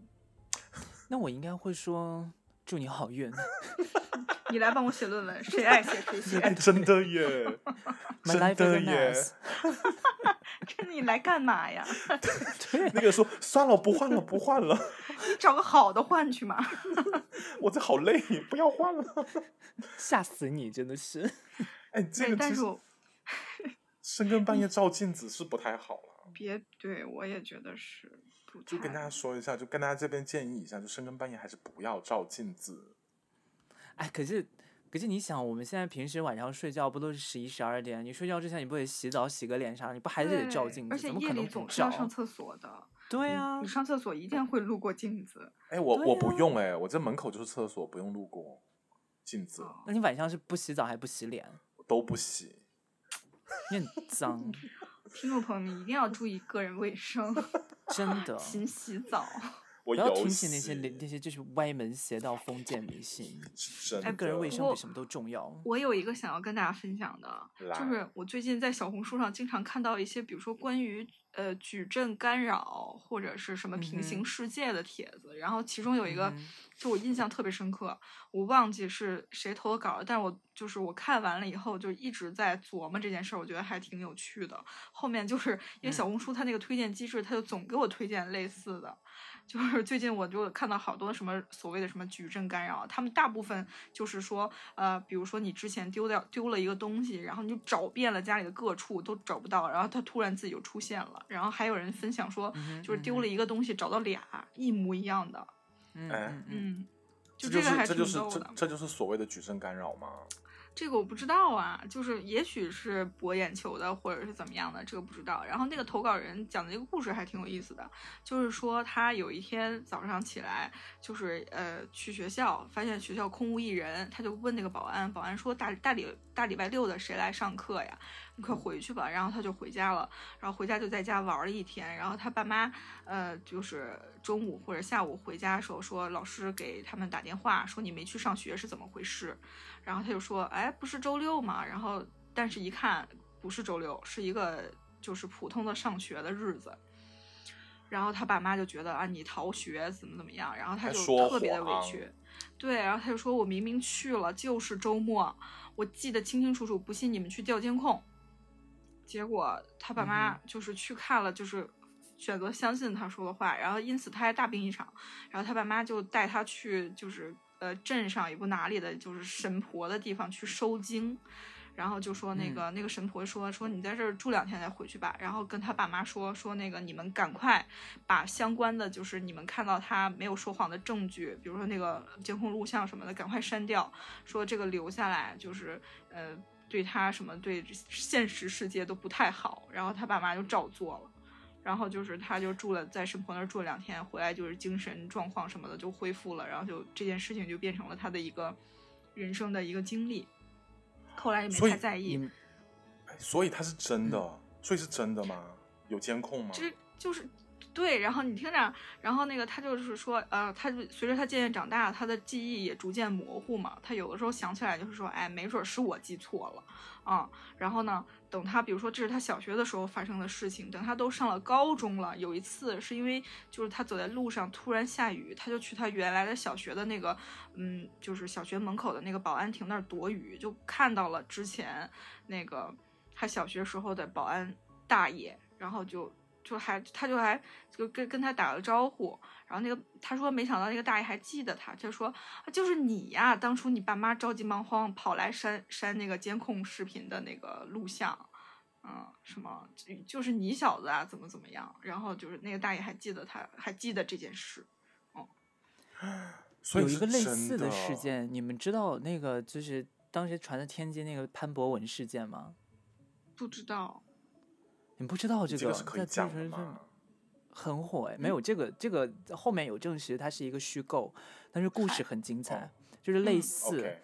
[SPEAKER 1] 那我应该会说祝你好运，，
[SPEAKER 3] 你来帮我写论文，谁爱写 谁写。
[SPEAKER 2] 哎真的耶
[SPEAKER 1] My life is a mess
[SPEAKER 3] 这你来干嘛呀？
[SPEAKER 2] 那个说算了，不换了，不换了。
[SPEAKER 3] 你找个好的换去嘛。
[SPEAKER 2] 我这好累，不要换了。
[SPEAKER 1] 吓死你，真的是。
[SPEAKER 2] 哎，这
[SPEAKER 3] 哎
[SPEAKER 2] 个
[SPEAKER 3] 但
[SPEAKER 2] 其
[SPEAKER 3] 是
[SPEAKER 2] 实
[SPEAKER 3] 我
[SPEAKER 2] 深更半夜照镜子是不太好了，
[SPEAKER 3] 别对我也觉得是不
[SPEAKER 2] 就跟大
[SPEAKER 3] 太
[SPEAKER 2] 家说一下，就跟大家这边建议一下，就深更半夜还是不要照镜子。
[SPEAKER 1] 哎，可是可是你想，我们现在平时晚上睡觉不都是十一十二点？你睡觉之前你不得洗澡、洗个脸啥？你不还是得照
[SPEAKER 3] 对
[SPEAKER 1] 镜
[SPEAKER 3] 而
[SPEAKER 1] 子？
[SPEAKER 3] 且
[SPEAKER 1] 怎么
[SPEAKER 3] 夜
[SPEAKER 1] 可
[SPEAKER 3] 里
[SPEAKER 1] 能
[SPEAKER 3] 总
[SPEAKER 1] 不
[SPEAKER 3] 是要上
[SPEAKER 1] 照？
[SPEAKER 3] 厕所的。
[SPEAKER 1] 对啊
[SPEAKER 3] 你，上厕所一定会路过镜子，
[SPEAKER 2] 哎，我、
[SPEAKER 1] 对
[SPEAKER 2] 我不
[SPEAKER 1] 呀
[SPEAKER 2] 用哎，我这门口就是厕所，不用路过镜子
[SPEAKER 3] 哦
[SPEAKER 1] 那你晚上是不洗澡还不洗脸？
[SPEAKER 2] 都不洗。
[SPEAKER 1] 你很 脏，
[SPEAKER 3] 听众朋友们一定要注意个人卫生，
[SPEAKER 1] 真的。
[SPEAKER 3] 勤洗澡。
[SPEAKER 2] 我
[SPEAKER 1] 不要
[SPEAKER 2] 游
[SPEAKER 1] 听信
[SPEAKER 2] 戏
[SPEAKER 1] 那些那些就是歪门邪道、封建迷信，
[SPEAKER 2] 是真
[SPEAKER 1] 他
[SPEAKER 2] 的。
[SPEAKER 1] 个人卫生
[SPEAKER 3] 我
[SPEAKER 1] 比什么都重要。
[SPEAKER 3] 我有一个想要跟大家分享的，就
[SPEAKER 2] 来
[SPEAKER 3] 是我最近在小红书上经常看到一些，比如说关于呃矩阵干扰或者是什么平
[SPEAKER 1] 嗯
[SPEAKER 3] 行
[SPEAKER 1] 哼
[SPEAKER 3] 世界的帖子，然后其中有一个、
[SPEAKER 1] 嗯哼
[SPEAKER 3] 就我印象特别深刻，我忘记是谁投的稿了，但是我就是我看完了以后就一直在琢磨这件事儿，我觉得还挺有趣的。后面就是因
[SPEAKER 2] 嗯
[SPEAKER 3] 为小红书它那个推荐机制，它就总给我推荐类似的。就是最近我就看到好多什么所谓的什么矩阵干扰，他们大部分就是说，呃，比如说你之前丢掉丢了一个东西，然后你就找遍了家里的各处都找不到，然后它突然自己就出现了。然后还有人分享说，
[SPEAKER 1] 嗯哼
[SPEAKER 3] 就是
[SPEAKER 1] 嗯
[SPEAKER 3] 丢
[SPEAKER 1] 哼
[SPEAKER 3] 了一个东西找到俩一模一样的，
[SPEAKER 1] 嗯
[SPEAKER 2] 哎
[SPEAKER 1] 嗯嗯，
[SPEAKER 3] 嗯，就
[SPEAKER 2] 就
[SPEAKER 3] 个
[SPEAKER 2] 是
[SPEAKER 3] 还
[SPEAKER 2] 这
[SPEAKER 3] 挺
[SPEAKER 2] 就是
[SPEAKER 3] 逗
[SPEAKER 2] 这
[SPEAKER 3] 的。
[SPEAKER 2] 这就是所谓的矩阵干扰吗？
[SPEAKER 3] 这个我不知道啊，就是也许是博眼球的，或者是怎么样的，这个不知道。然后那个投稿人讲的这个故事还挺有意思的，就是说他有一天早上起来，就是呃去学校，发现学校空无一人，他就问那个保安，保安说大大礼大礼拜六的谁来上课呀？你快回去吧。然后他就回家了，然后回家就在家玩了一天。然后他爸妈呃就是中午或者下午回家的时候说，老师给他们打电话说你没去上学是怎么回事？然后他就说，哎，不是周六吗？然后但是一看不是周六，是一个就是普通的上学的日子。然后他爸妈就觉得啊，你逃学怎么怎么样，然后他
[SPEAKER 2] 还
[SPEAKER 3] 就
[SPEAKER 2] 说
[SPEAKER 3] 特别的委
[SPEAKER 2] 谎
[SPEAKER 3] 屈，对，然后他就说我明明去了，就是周末，我记得清清楚楚，不信你们去调监控。结果他爸妈就是去看了，就是选择相信他说的话，然后因此他还大病一场。然后他爸妈就带他去，就是呃镇上也不哪里的，就是神婆的地方去收经。然后就说那个、那个神婆说说你在这儿住两天再回去吧，然后跟他爸妈说说那个你们赶快把相关的就是你们看到他没有说谎的证据，比如说那个监控录像什么的，赶快删掉，说这个留下来就是呃对他什么对现实世界都不太好，然后他爸妈就照做了。然后就是，他就住了在神婆那儿住了两天，回来就是精神状况什么的就恢复了，然后就这件事情就变成了他的一个人生的一个经历。后来也没
[SPEAKER 2] 所以
[SPEAKER 3] 太在意，
[SPEAKER 1] 你
[SPEAKER 2] 哎所以它是真的，所以是真的吗？有监控吗？
[SPEAKER 3] 这就是对。然后你听着，然后那个他就是说，呃，他就随着他渐渐长大，他的记忆也逐渐模糊嘛。他有的时候想起来就是说，哎，没准儿是我记错了啊、然后呢，等他比如说这是他小学的时候发生的事情，等他都上了高中了，有一次是因为就是他走在路上突然下雨，他就去他原来的小学的那个，嗯，就是小学门口的那个保安亭那儿躲雨，就看到了之前那个他小学时候的保安大爷，然后就就还他就还就跟跟他打了招呼，然后那个他说没想到那个大爷还记得他，就说啊就是你呀、当初你爸妈着急忙慌跑来删删那个监控视频的那个录像。嗯，什么就就是你小子啊，怎么怎么样？然后就是那个大爷还记得他，还记得这件事。
[SPEAKER 2] 所以
[SPEAKER 1] 有一
[SPEAKER 2] 是
[SPEAKER 1] 个类
[SPEAKER 2] 真
[SPEAKER 1] 似
[SPEAKER 2] 的
[SPEAKER 1] 事，件，你们知道那个就是当时传的天津那个潘博文事件吗？
[SPEAKER 3] 不知道，
[SPEAKER 1] 你不知道
[SPEAKER 2] 这
[SPEAKER 1] 这
[SPEAKER 2] 个是可以
[SPEAKER 1] 在当
[SPEAKER 2] 讲
[SPEAKER 1] 时
[SPEAKER 2] 的
[SPEAKER 1] 是
[SPEAKER 2] 吗？嗯
[SPEAKER 1] 很火哎，没有这个这个后面有证实它是一个虚构，但是故事
[SPEAKER 3] 嗨
[SPEAKER 1] 很精
[SPEAKER 2] 哦
[SPEAKER 1] 彩，就是类
[SPEAKER 3] 嗯
[SPEAKER 1] 似。
[SPEAKER 2] OK，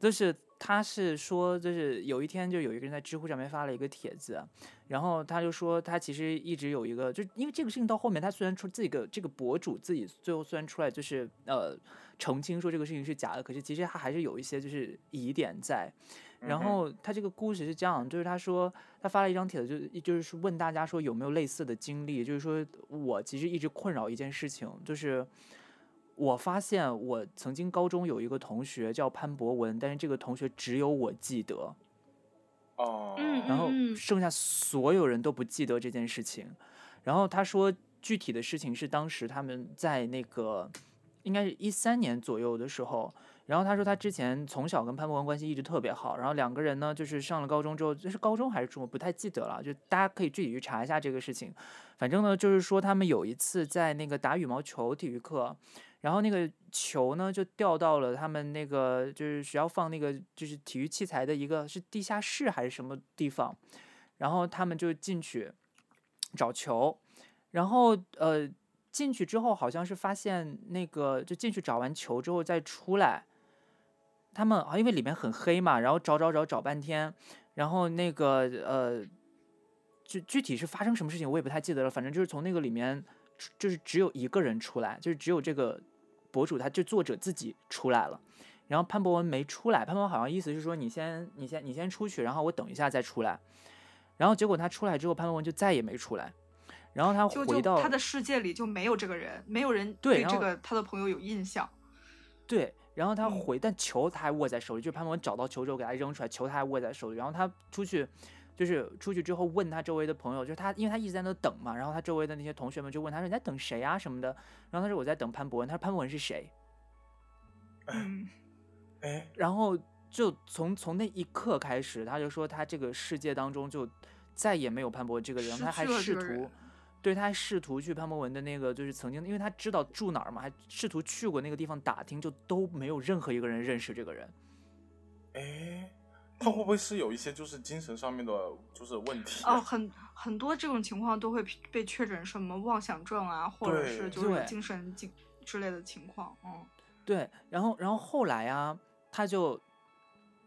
[SPEAKER 1] 就是他是说，就是有一天就有一个人在知乎上面发了一个帖子，然后他就说他其实一直有一个，就因为这个事情到后面，他虽然出这个这个博主自己最后虽然出来就是呃澄清说这个事情是假的，可是其实他还是有一些就是疑点在。然
[SPEAKER 2] 嗯哼
[SPEAKER 1] 后他这个故事是这样，就是他说他发了一张帖子，就就是问大家说有没有类似的经历，就是说我其实一直困扰一件事情，就是我发现我曾经高中有一个同学叫潘博文，但是这个同学只有我记得，
[SPEAKER 2] 哦，
[SPEAKER 3] 嗯
[SPEAKER 1] 然后
[SPEAKER 3] 嗯
[SPEAKER 1] 剩下所有人都不记得这件事情。然后他说具体的事情是当时他们在那个应该是一三年左右的时候，然后他说他之前从小跟潘博文关系一直特别好，然后两个人呢就是上了高中之后，这是高中还是初中不太记得了，就大家可以具体去查一下这个事情。反正呢就是说他们有一次在那个打羽毛球体育课。然后那个球呢，就掉到了他们那个就是学校放那个就是体育器材的一个是地下室还是什么地方，然后他们就进去找球，然后呃进去之后好像是发现那个就进去找完球之后再出来，他们啊因为里面很黑嘛，然后找找找找半天，然后那个呃，具具体是发生什么事情我也不太记得了，反正就是从那个里面出就是只有一个人出来，就是只有这个博主他就作者自己出来了。然后潘博文没出来，潘博文好像意思是说你先你先你先出去，然后我等一下再出来。然后结果他出来之后，潘博文就再也没出来。然后他
[SPEAKER 3] 就
[SPEAKER 1] 哦回
[SPEAKER 3] 就
[SPEAKER 1] 到
[SPEAKER 3] 他的世界里就没有这个人，没有人
[SPEAKER 1] 对然
[SPEAKER 3] 这
[SPEAKER 1] 后
[SPEAKER 3] 个他的朋友有印 象。
[SPEAKER 1] 对，然后他
[SPEAKER 3] 嗯
[SPEAKER 1] 回，但球他还握在手里，就是潘博文找到球之后给他扔出来，球他还握在手里。然后他出去，就是出去之后问他周围的朋友，就是他，因为他一直在那等嘛，然后他周围的那些同学们就问他说你在等谁啊什么的，然后他说我在等潘博文，他说潘博文是谁？
[SPEAKER 3] 嗯，
[SPEAKER 2] 哎，
[SPEAKER 1] 然后就从从那一刻开始，他就说他这个世界当中就再也没有潘博文这个人，
[SPEAKER 3] 失
[SPEAKER 1] 他还
[SPEAKER 3] 去了
[SPEAKER 1] 试
[SPEAKER 3] 这个人
[SPEAKER 1] 图。对，他还试图去潘博文的那个，就是曾经，因为他知道住哪儿嘛，还试图去过那个地方打听，就都没有任何一个人认识这个人。
[SPEAKER 2] 哎，他会不会是有一些就是精神上面的，就是问题啊？
[SPEAKER 3] 哦，很很多这种情况都会被确诊什么妄想症啊，或者
[SPEAKER 2] 对
[SPEAKER 3] 是就是
[SPEAKER 1] 对
[SPEAKER 3] 精神精之类的情况。嗯，
[SPEAKER 1] 对，然后然后后来啊，他就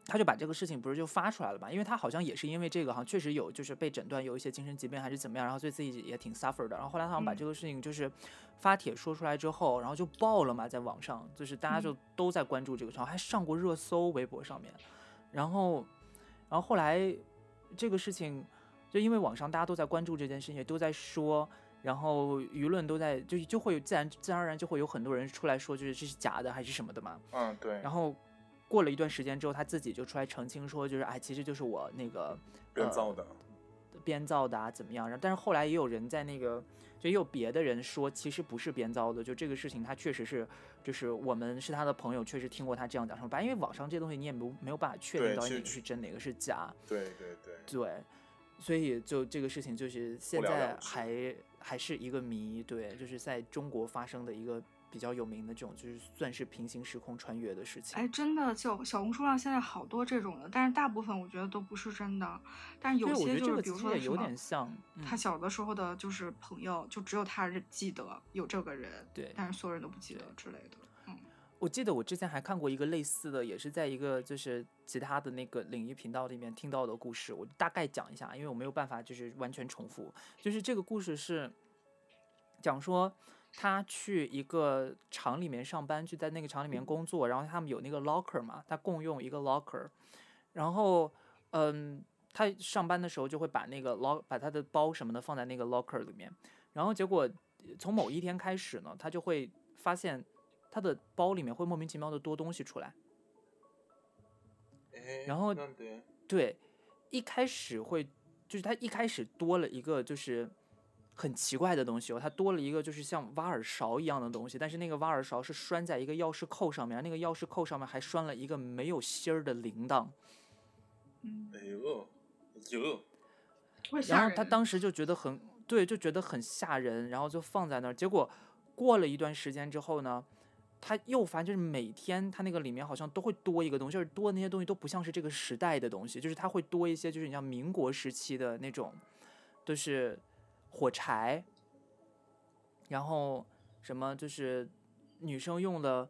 [SPEAKER 1] 他就把这个事情不是就发出来了嘛，因为他好像也是因为这个好像确实有就是被诊断有一些精神疾病还是怎么样，然后对自己也挺 suffer 的。然后后来他好像把
[SPEAKER 3] 嗯
[SPEAKER 1] 这个事情就是发帖说出来之后，然后就爆了嘛，在网上就是大家就都在关注这个，然后还上过热搜微博上面，然后然后后来这个事情就因为网上大家都在关注这件事情，也都在说。然后舆论都在，就就会有自然自然而然就会有很多人出来说，就是这是假的还是什么的嘛。
[SPEAKER 2] 嗯，对，
[SPEAKER 1] 然后过了一段时间之后，他自己就出来澄清说，就是哎，其实就是我那个呃
[SPEAKER 2] 编
[SPEAKER 1] 嗯
[SPEAKER 2] 造的，
[SPEAKER 1] 编造的啊，怎么样？然后但是后来也有人在那个，就也有别的人说，其实不是编造的，就这个事情他确实是，就是我们是他的朋友，确实听过他这样讲什么，反正因为网上这东西你也没有没有办法确定
[SPEAKER 2] 对
[SPEAKER 1] 到底
[SPEAKER 2] 其
[SPEAKER 1] 哪
[SPEAKER 2] 实
[SPEAKER 1] 个是真哪个是假，
[SPEAKER 2] 对对对，
[SPEAKER 1] 对。所以，就这个事情，就是现
[SPEAKER 2] 了了
[SPEAKER 1] 在
[SPEAKER 2] 之
[SPEAKER 1] 还还是一个谜，对，就是在中国发生的一个比较有名的这种，就是算是平行时空穿越的事情。
[SPEAKER 3] 哎，真的，就小红书上现在好多这种的，但是大部分我觉得都不是真的，但是有
[SPEAKER 1] 对，我觉
[SPEAKER 3] 些
[SPEAKER 1] 得
[SPEAKER 3] 就
[SPEAKER 1] 这
[SPEAKER 3] 是
[SPEAKER 1] 个
[SPEAKER 3] 比
[SPEAKER 1] 其
[SPEAKER 3] 如
[SPEAKER 1] 实
[SPEAKER 3] 说
[SPEAKER 1] 也
[SPEAKER 3] 什
[SPEAKER 1] 有
[SPEAKER 3] 么
[SPEAKER 1] 点像，嗯、
[SPEAKER 3] 他小的时候的就是朋友，就只有他是记得有这个人，
[SPEAKER 1] 对
[SPEAKER 3] 但是所有人都不记得
[SPEAKER 1] 对
[SPEAKER 3] 之类的。
[SPEAKER 1] 我记得我之前还看过一个类似的，也是在一个就是其他的那个领域频道里面听到的故事，我大概讲一下，因为我没有办法就是完全重复。就是这个故事是讲说他去一个厂里面上班，就在那个厂里面工作，然后他们有那个 locker 嘛，他共用一个 locker，然后嗯，他上班的时候就会把那个 lock 把他的包什么的放在那个 locker 里面，然后结果呃从某一天开始呢，他就会发现他的包里面会莫名其妙的多东西出来。
[SPEAKER 2] 哎
[SPEAKER 1] 然后
[SPEAKER 2] 那对
[SPEAKER 1] 对，一开始会就是他一开始多了一个就是很奇怪的东西哦，他多了一个就是像挖耳勺一样的东西，但是那个挖耳勺是拴在一个钥匙扣上面，然后那个钥匙扣上面还拴了一个没有芯儿的铃铛。
[SPEAKER 3] 嗯，
[SPEAKER 2] 哎呦，有，
[SPEAKER 3] 会吓
[SPEAKER 1] 然后
[SPEAKER 3] 人。
[SPEAKER 1] 他当时就觉得很对，就觉得很吓人，然后就放在那儿。结果过了一段时间之后呢，他又发现就是每天他那个里面好像都会多一个东西，就是多的那些东西都不像是这个时代的东西，就是他会多一些，就是你像民国时期的那种，就是火柴，然后什么就是女生用的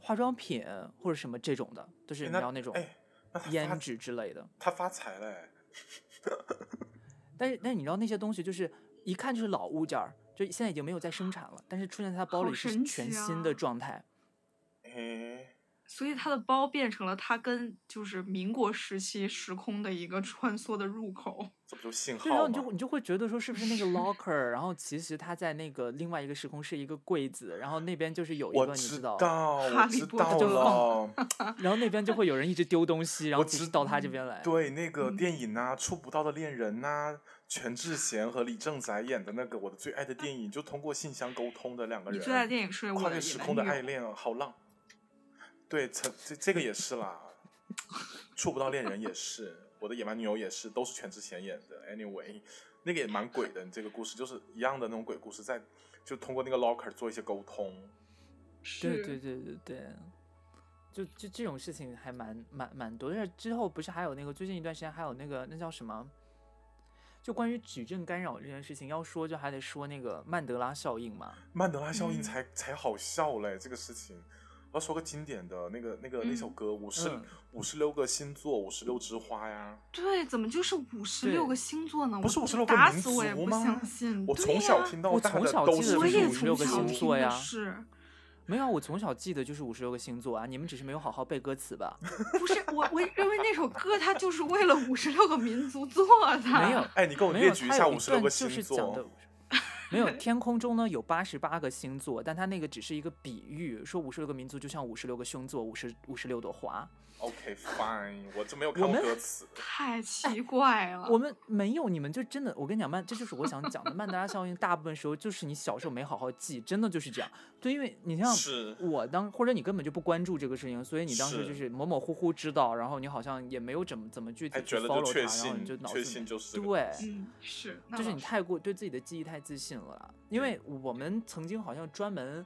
[SPEAKER 1] 化妆品或者什么这种的，就是
[SPEAKER 2] 哎
[SPEAKER 1] 你
[SPEAKER 2] 那
[SPEAKER 1] 要那种
[SPEAKER 2] 哎，那他
[SPEAKER 1] 胭
[SPEAKER 2] 发
[SPEAKER 1] 脂之类的。
[SPEAKER 2] 他发财了哎，
[SPEAKER 1] 但是但是你知道那些东西就是一看就是老物件儿，就现在已经没有再生产了，但是出现在他包
[SPEAKER 3] 好
[SPEAKER 1] 里是
[SPEAKER 3] 神
[SPEAKER 1] 全
[SPEAKER 3] 奇
[SPEAKER 1] 新的
[SPEAKER 3] 啊
[SPEAKER 1] 状态。
[SPEAKER 2] 哎，
[SPEAKER 3] 所以他的包变成了他跟就是民国时期时空的一个穿梭的入口。
[SPEAKER 2] 这不就信
[SPEAKER 1] 对，然后
[SPEAKER 2] 号
[SPEAKER 1] 你就
[SPEAKER 2] 吗？
[SPEAKER 1] 你就会觉得说是不是那 个 locker，然后其实它在那个另外一个时空是一个柜子，然后那边就是有一
[SPEAKER 2] 我
[SPEAKER 1] 个你知道，
[SPEAKER 2] 道，
[SPEAKER 3] 哈
[SPEAKER 2] 我
[SPEAKER 3] 利
[SPEAKER 2] 知
[SPEAKER 3] 波特
[SPEAKER 2] 道
[SPEAKER 1] 就
[SPEAKER 2] 了，
[SPEAKER 1] 然后那边就会有人一直丢东 西，然
[SPEAKER 2] 我
[SPEAKER 1] 后一
[SPEAKER 2] 知
[SPEAKER 1] 直到他这边来。
[SPEAKER 2] 对那个
[SPEAKER 3] 嗯
[SPEAKER 2] 电影呐，《触不到的恋人》呐，全智贤和李正宰演的那个我的最爱的电影，就通过信箱沟通的两个
[SPEAKER 3] 你
[SPEAKER 2] 人，
[SPEAKER 3] 最爱的电影是《我
[SPEAKER 2] 跨越
[SPEAKER 3] 的野
[SPEAKER 2] 时
[SPEAKER 3] 蛮
[SPEAKER 2] 空的
[SPEAKER 3] 女友
[SPEAKER 2] 爱恋啊，好浪。对，这这这个也是啦，触不到恋人也是，我的野蛮女友也是，都是全智贤演的。Anyway，那个也蛮鬼的，这个故事就是一样的那种鬼故事，在就通过那个 locker 做一些沟通。
[SPEAKER 1] 对
[SPEAKER 3] 是
[SPEAKER 1] 对对对对，就就这种事情还蛮蛮蛮多的。但是之后不是还有那个最近一段时间还有那个那叫什么？就关于矩阵干扰这件事情，要说就还得说那个曼德拉效应嘛。
[SPEAKER 2] 曼德拉效应
[SPEAKER 3] 嗯
[SPEAKER 2] 才、才好笑嘞，这个事情我要说个经典的那个那个
[SPEAKER 3] 嗯
[SPEAKER 2] 那首歌，五十
[SPEAKER 1] 嗯
[SPEAKER 2] 五十六个星座，五十六枝花呀。
[SPEAKER 3] 对，怎么就是五十
[SPEAKER 1] 对
[SPEAKER 3] 六个星座呢？
[SPEAKER 2] 不是
[SPEAKER 3] 我
[SPEAKER 2] 56个
[SPEAKER 3] 打
[SPEAKER 2] 民
[SPEAKER 3] 死我也
[SPEAKER 2] 族
[SPEAKER 3] 不
[SPEAKER 2] 吗
[SPEAKER 3] 相信。
[SPEAKER 2] 我
[SPEAKER 3] 对
[SPEAKER 2] 从小
[SPEAKER 3] 呀
[SPEAKER 2] 听到
[SPEAKER 1] 嗯我
[SPEAKER 2] 大
[SPEAKER 1] 从
[SPEAKER 2] 的
[SPEAKER 1] 小
[SPEAKER 2] 都
[SPEAKER 1] 记
[SPEAKER 2] 是
[SPEAKER 1] 得
[SPEAKER 3] 我
[SPEAKER 1] 就是
[SPEAKER 3] 也
[SPEAKER 1] 56
[SPEAKER 3] 从
[SPEAKER 1] 个
[SPEAKER 3] 小
[SPEAKER 1] 星
[SPEAKER 3] 听
[SPEAKER 1] 座
[SPEAKER 3] 的
[SPEAKER 1] 呀
[SPEAKER 3] 是
[SPEAKER 1] 没有，我从小记得就是五十六个星座啊，你们只是没有好好背歌词吧？
[SPEAKER 3] 不是我？我认为那首歌它就是为了五十六个民族做的。
[SPEAKER 1] 没有，
[SPEAKER 2] 哎，你给我
[SPEAKER 1] 没有，
[SPEAKER 2] 列举
[SPEAKER 1] 它
[SPEAKER 2] 下
[SPEAKER 1] 有
[SPEAKER 2] 五
[SPEAKER 1] 一
[SPEAKER 2] 十六
[SPEAKER 1] 段
[SPEAKER 2] 个
[SPEAKER 1] 就
[SPEAKER 2] 星
[SPEAKER 1] 是讲的
[SPEAKER 2] 座。。
[SPEAKER 1] 没有，天空中呢有八十八个星座，但它那个只是一个比喻，说五十六个民族就像五十六个凶座，五十五十六朵花。
[SPEAKER 2] OK fine，我这没有看
[SPEAKER 1] 我
[SPEAKER 2] 过
[SPEAKER 1] 们
[SPEAKER 2] 歌词。
[SPEAKER 3] 太奇怪了。
[SPEAKER 1] 哎我们没有，你们就真的，我跟你讲，曼，这就是我想讲的曼德拉效应。大部分时候就是你小时候没好好记，真的就是这样。对，因为你像
[SPEAKER 2] 是，
[SPEAKER 1] 我当，或者你根本就不关注这个事情，所以你当时就是是模模糊糊知道，然后你好像也没有怎么怎么具体
[SPEAKER 2] 哎，
[SPEAKER 1] 去
[SPEAKER 2] 觉得
[SPEAKER 1] follow 它，
[SPEAKER 2] 就确
[SPEAKER 1] 然后你
[SPEAKER 2] 信
[SPEAKER 1] 就，脑子
[SPEAKER 2] 确
[SPEAKER 1] 里
[SPEAKER 2] 信
[SPEAKER 1] 面
[SPEAKER 2] 就是这个
[SPEAKER 1] 对，啊
[SPEAKER 3] 嗯，是，那
[SPEAKER 1] 就是
[SPEAKER 3] 老
[SPEAKER 1] 你
[SPEAKER 3] 师
[SPEAKER 1] 太过对自己的记忆太自信了啦。因为我们曾经好像专门，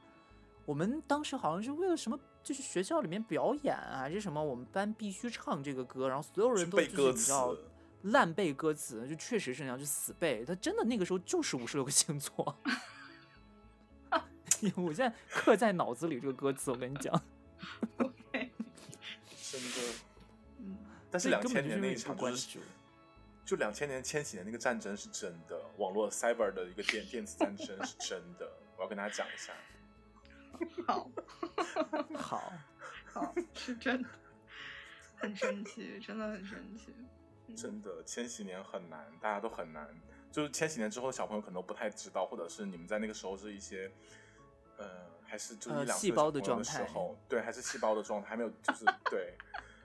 [SPEAKER 1] 我们当时好像是为了什么，就是学校里面表演啊还是什么，我们班必须唱这个歌，然后所有
[SPEAKER 2] 去
[SPEAKER 1] 人都
[SPEAKER 2] 背
[SPEAKER 1] 就是
[SPEAKER 2] 歌
[SPEAKER 1] 你知
[SPEAKER 2] 词。
[SPEAKER 1] 道烂背歌词，就确实是那样，就死背。他真的那个时候就是五十六个星座。 我现在刻在脑子里这个歌词，我跟 你讲，
[SPEAKER 2] 真的。
[SPEAKER 3] 嗯
[SPEAKER 2] 但是
[SPEAKER 1] 所以
[SPEAKER 2] 两
[SPEAKER 1] 根
[SPEAKER 2] 千
[SPEAKER 1] 本就是
[SPEAKER 2] 年
[SPEAKER 1] 因
[SPEAKER 2] 那
[SPEAKER 1] 为
[SPEAKER 2] 一
[SPEAKER 1] 你不
[SPEAKER 2] 场
[SPEAKER 1] 关
[SPEAKER 2] 就是
[SPEAKER 1] 注，
[SPEAKER 2] 就两千年千禧年那个战争是真的，网络 cyber 的一个电电子战争是真的，我要跟大家讲一下。
[SPEAKER 3] 好
[SPEAKER 1] 好，
[SPEAKER 3] 好是真的，很神奇，真的很神奇。
[SPEAKER 2] 真的，千禧年很难，大家都很难。就是千禧年之后的小朋友可能不太知道，或者是你们在那个时候是一些，呃，还是就一
[SPEAKER 1] 呃
[SPEAKER 2] 两
[SPEAKER 1] 细
[SPEAKER 2] 岁
[SPEAKER 1] 胞
[SPEAKER 2] 小
[SPEAKER 1] 的
[SPEAKER 2] 朋友
[SPEAKER 1] 状态
[SPEAKER 2] 时候，对，还是细胞的状态，还没有 就是对，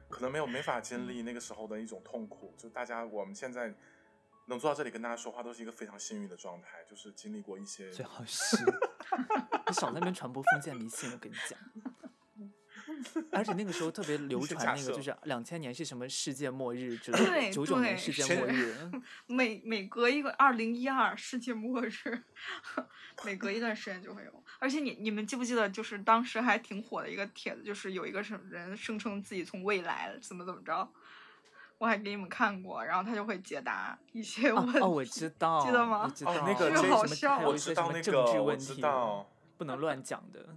[SPEAKER 2] 可能没有没法
[SPEAKER 1] 嗯
[SPEAKER 2] 经历那个时候的一种痛苦。就大家我们现在能做到这里跟大家说话，都是一个非常幸运的状态，就是经历过一些
[SPEAKER 1] 最好是，你少在那边传播封建迷信，我跟你讲。而且那个时候特 别流
[SPEAKER 2] 一些
[SPEAKER 1] 传
[SPEAKER 2] 假
[SPEAKER 1] 那个，就
[SPEAKER 2] 设
[SPEAKER 1] 是两千年是什么世界末日之类的，
[SPEAKER 3] 对
[SPEAKER 1] 九九年
[SPEAKER 3] 对
[SPEAKER 1] 世界
[SPEAKER 2] 是
[SPEAKER 1] 末日，
[SPEAKER 3] 每每隔一个二零一二世界末日， 每隔一段时间就会有。而且你你们记不记得，就是当时还挺火的一个帖子，就是有一个什么人声称自己从未来怎么怎么着，我还给你们看过，然后他就会解答一些
[SPEAKER 1] 啊
[SPEAKER 3] 问题。
[SPEAKER 1] 哦，我知道，
[SPEAKER 3] 记得吗
[SPEAKER 1] 我知道
[SPEAKER 2] 哦那
[SPEAKER 1] 还
[SPEAKER 2] 个
[SPEAKER 1] 有
[SPEAKER 2] 这
[SPEAKER 1] 什
[SPEAKER 2] 好
[SPEAKER 1] 么
[SPEAKER 3] 笑
[SPEAKER 1] 还有
[SPEAKER 2] 我
[SPEAKER 1] 一
[SPEAKER 2] 知
[SPEAKER 1] 些什
[SPEAKER 2] 道
[SPEAKER 1] 么
[SPEAKER 2] 那
[SPEAKER 1] 政治
[SPEAKER 2] 个，我
[SPEAKER 1] 问
[SPEAKER 2] 知
[SPEAKER 1] 题，
[SPEAKER 2] 道，
[SPEAKER 1] 不能乱讲的。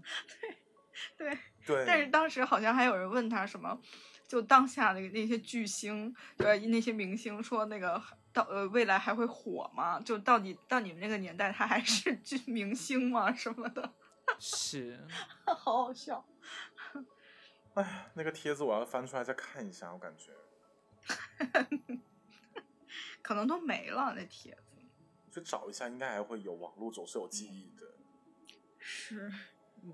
[SPEAKER 3] 对，
[SPEAKER 2] 对，
[SPEAKER 3] 但是当时好像还有人问他什么，就当下那个那些巨星，呃，那些明星说那个到呃未来还会火吗？就到底到你们那个年代，他还是巨明星吗？什么的，
[SPEAKER 1] 是，
[SPEAKER 3] 好好笑。
[SPEAKER 2] 哎，那个帖子我要翻出来再看一下，我感觉
[SPEAKER 3] 可能都没了那帖子。
[SPEAKER 2] 去找一下，应该还会有，网络总是有记忆的。
[SPEAKER 3] 是，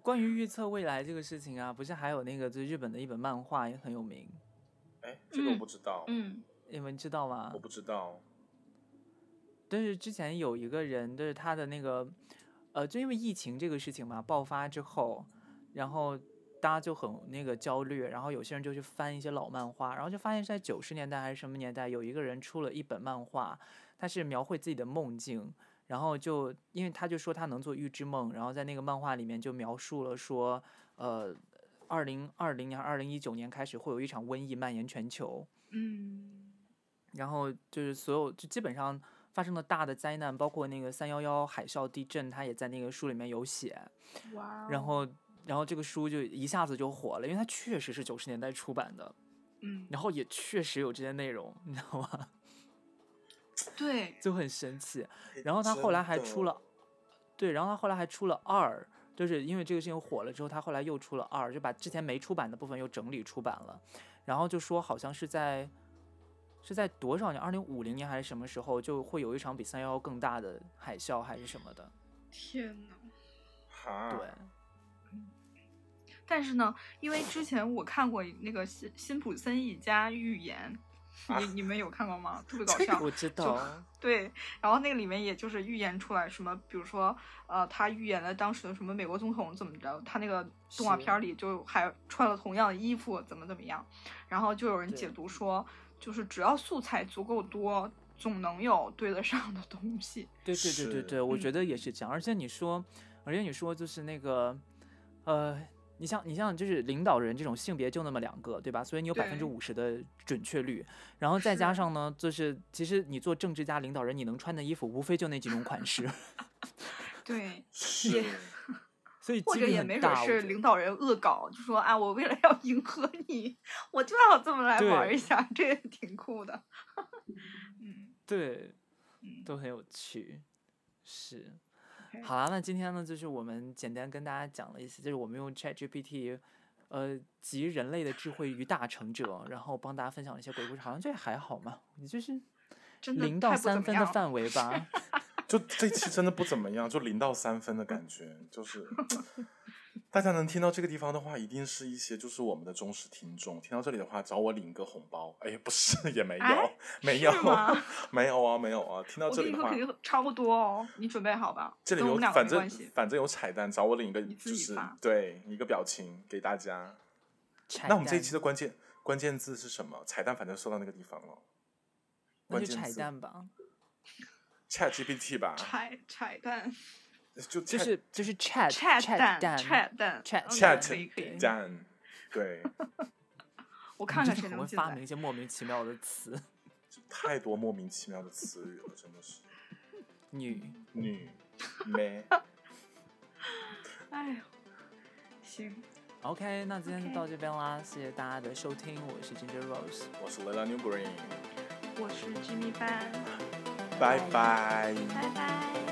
[SPEAKER 1] 关于预测未来这个事情啊，不是还有那个就是日本的一本漫画也很有名，
[SPEAKER 2] 哎，这个我
[SPEAKER 3] 嗯
[SPEAKER 2] 不知道，
[SPEAKER 3] 嗯，
[SPEAKER 1] 你们知道吗
[SPEAKER 2] 我？不知道。
[SPEAKER 1] 嗯但是之前有一个人，就是他的那个，呃，就因为疫情这个事情嘛，爆发之后，然后大家就很那个焦虑，然后有些人就去翻一些老漫画，然后就发现是在九十年代还是什么年代，有一个人出了一本漫画，他是描绘自己的梦境，然后就因为他就说他能做预知梦，然后在那个漫画里面就描述了说，呃，二零二零年、二零一九年开始会有一场瘟疫蔓延全球，
[SPEAKER 3] 嗯，
[SPEAKER 1] 然后就是所有就基本上发生了大的灾难，包括那个三幺幺海啸、地震，他也在那个书里面有写。
[SPEAKER 3] 哇、哦
[SPEAKER 1] 然，后，然后这个书就一下子就火了，因为它确实是九十年代出版的，
[SPEAKER 3] 嗯，
[SPEAKER 1] 然后也确实有这些内容，你知道吗？
[SPEAKER 3] 对，
[SPEAKER 1] 就很神奇。
[SPEAKER 2] 哎
[SPEAKER 1] 然后他后来还
[SPEAKER 2] 真的
[SPEAKER 1] 出了，对，然后他后来还出了二，就是因为这个事情火了之后，他后来又出了二，就把之前没出版的部分又整理出版了，然后就说好像是在是在多少年，二零五零年还是什么时候，就会有一场比三幺幺更大的海啸还是什么的，
[SPEAKER 3] 天呐。
[SPEAKER 2] 哈，
[SPEAKER 1] 对，
[SPEAKER 3] 但是呢，因为之前我看过那个辛辛普森一家预言，你你们有看过吗？特别 搞笑。
[SPEAKER 1] 我知道，啊
[SPEAKER 3] 对，然后那个里面也就是预言出来什么，比如说，呃，他预言了当时的什么美国总统怎么着，他那个动画
[SPEAKER 1] 是
[SPEAKER 3] 片儿里就还穿了同样的衣服，怎么怎么样，然后就有人解
[SPEAKER 1] 对
[SPEAKER 3] 读说，就是只要素材足够多，总能有对得上的东西。
[SPEAKER 1] 对对对对
[SPEAKER 2] 是
[SPEAKER 1] 对，我觉
[SPEAKER 3] 嗯
[SPEAKER 1] 得也是这样。而且你说，而且你说就是那个，呃，你像你像就是领导人这种性别就那么两个，对吧？所以你有百分之
[SPEAKER 3] 对
[SPEAKER 1] 五十的准确率，然后再加
[SPEAKER 3] 是
[SPEAKER 1] 上呢，就是其实你做政治家、领导 人，你能穿的衣服无非就那几种款式，
[SPEAKER 3] 对，
[SPEAKER 2] 是，
[SPEAKER 1] 所所以
[SPEAKER 3] 或
[SPEAKER 1] 几
[SPEAKER 3] 者
[SPEAKER 1] 率
[SPEAKER 3] 也
[SPEAKER 1] 很
[SPEAKER 3] 没准
[SPEAKER 1] 大我
[SPEAKER 3] 是
[SPEAKER 1] 觉
[SPEAKER 3] 领
[SPEAKER 1] 得
[SPEAKER 3] 导人恶搞，就说啊，我为了要迎合你，我就要这么来
[SPEAKER 1] 对
[SPEAKER 3] 玩一下，这也挺酷的。嗯
[SPEAKER 1] 对，
[SPEAKER 3] 嗯，
[SPEAKER 1] 都很有趣，是。
[SPEAKER 3] OK
[SPEAKER 1] 好啦，那今天呢，就是我们简单跟大家讲了一些，就是我们用 Chat GPT，呃，集人类的智慧于大成者，然后帮大家分享了一些鬼故事，好像这还好嘛，也就是
[SPEAKER 3] 真的
[SPEAKER 1] 零到
[SPEAKER 3] 太不怎
[SPEAKER 1] 三
[SPEAKER 3] 么
[SPEAKER 1] 分的
[SPEAKER 3] 样了
[SPEAKER 1] 范围 吧。
[SPEAKER 2] 就这期真的不怎么样，就零到三分的感觉，就是 大家能听到这个地方的话，一定是一些就是我们的忠实听众。听到这里的话，找我领个红包，哎，不是，也没有，
[SPEAKER 3] 哎
[SPEAKER 2] 没有
[SPEAKER 3] 是吗，
[SPEAKER 2] 没有啊，没有啊。听到
[SPEAKER 3] 我
[SPEAKER 2] 这
[SPEAKER 3] 跟
[SPEAKER 2] 里的
[SPEAKER 3] 你说
[SPEAKER 2] 话
[SPEAKER 3] 肯，定超不多哦，你准备好吧？
[SPEAKER 2] 这里
[SPEAKER 3] 跟
[SPEAKER 2] 有
[SPEAKER 3] 我们两个
[SPEAKER 2] 反
[SPEAKER 3] 没
[SPEAKER 2] 正
[SPEAKER 3] 关系。
[SPEAKER 2] 反正有彩蛋，找我领一个
[SPEAKER 3] 你自
[SPEAKER 2] 就
[SPEAKER 3] 己
[SPEAKER 2] 是
[SPEAKER 3] 发
[SPEAKER 2] 对一个表情给大家。
[SPEAKER 1] 彩
[SPEAKER 2] 那我们这一
[SPEAKER 1] 蛋
[SPEAKER 2] 期的关键关键字是什么？彩蛋反正说到那个地方了。
[SPEAKER 1] 那
[SPEAKER 2] 关
[SPEAKER 1] 就
[SPEAKER 2] 键
[SPEAKER 1] 彩
[SPEAKER 2] 字
[SPEAKER 1] 蛋 吧，
[SPEAKER 2] Chat GPT
[SPEAKER 1] 啊
[SPEAKER 2] 吧，
[SPEAKER 3] 彩彩蛋
[SPEAKER 1] 就
[SPEAKER 2] 就 Chat
[SPEAKER 1] 是就是 Chat
[SPEAKER 3] ，chat 蛋
[SPEAKER 1] 蛋
[SPEAKER 3] ，chat 蛋
[SPEAKER 1] Chat-
[SPEAKER 3] 嗯
[SPEAKER 2] Chat
[SPEAKER 3] 可以可以，
[SPEAKER 2] 蛋，对，
[SPEAKER 3] 我
[SPEAKER 1] 我
[SPEAKER 3] 看
[SPEAKER 1] 们
[SPEAKER 3] 看
[SPEAKER 1] 真
[SPEAKER 3] 谁
[SPEAKER 1] 的很
[SPEAKER 3] 能
[SPEAKER 1] 会
[SPEAKER 3] 进
[SPEAKER 1] 发
[SPEAKER 3] 来
[SPEAKER 1] 明一。些莫名其妙的词，
[SPEAKER 2] 太多莫名其妙的词语了，真的是
[SPEAKER 1] 女
[SPEAKER 3] 嗯
[SPEAKER 2] 女妹。
[SPEAKER 3] 哎呦，行，
[SPEAKER 1] OK，那今天就
[SPEAKER 3] OK
[SPEAKER 1] 到这边啦谢谢大家的收听，我是 Ginger Rose，
[SPEAKER 2] 我是 Lila New Green，
[SPEAKER 3] 我是 Jimmy 班，
[SPEAKER 2] 拜
[SPEAKER 1] 拜
[SPEAKER 2] 拜。
[SPEAKER 3] 拜拜。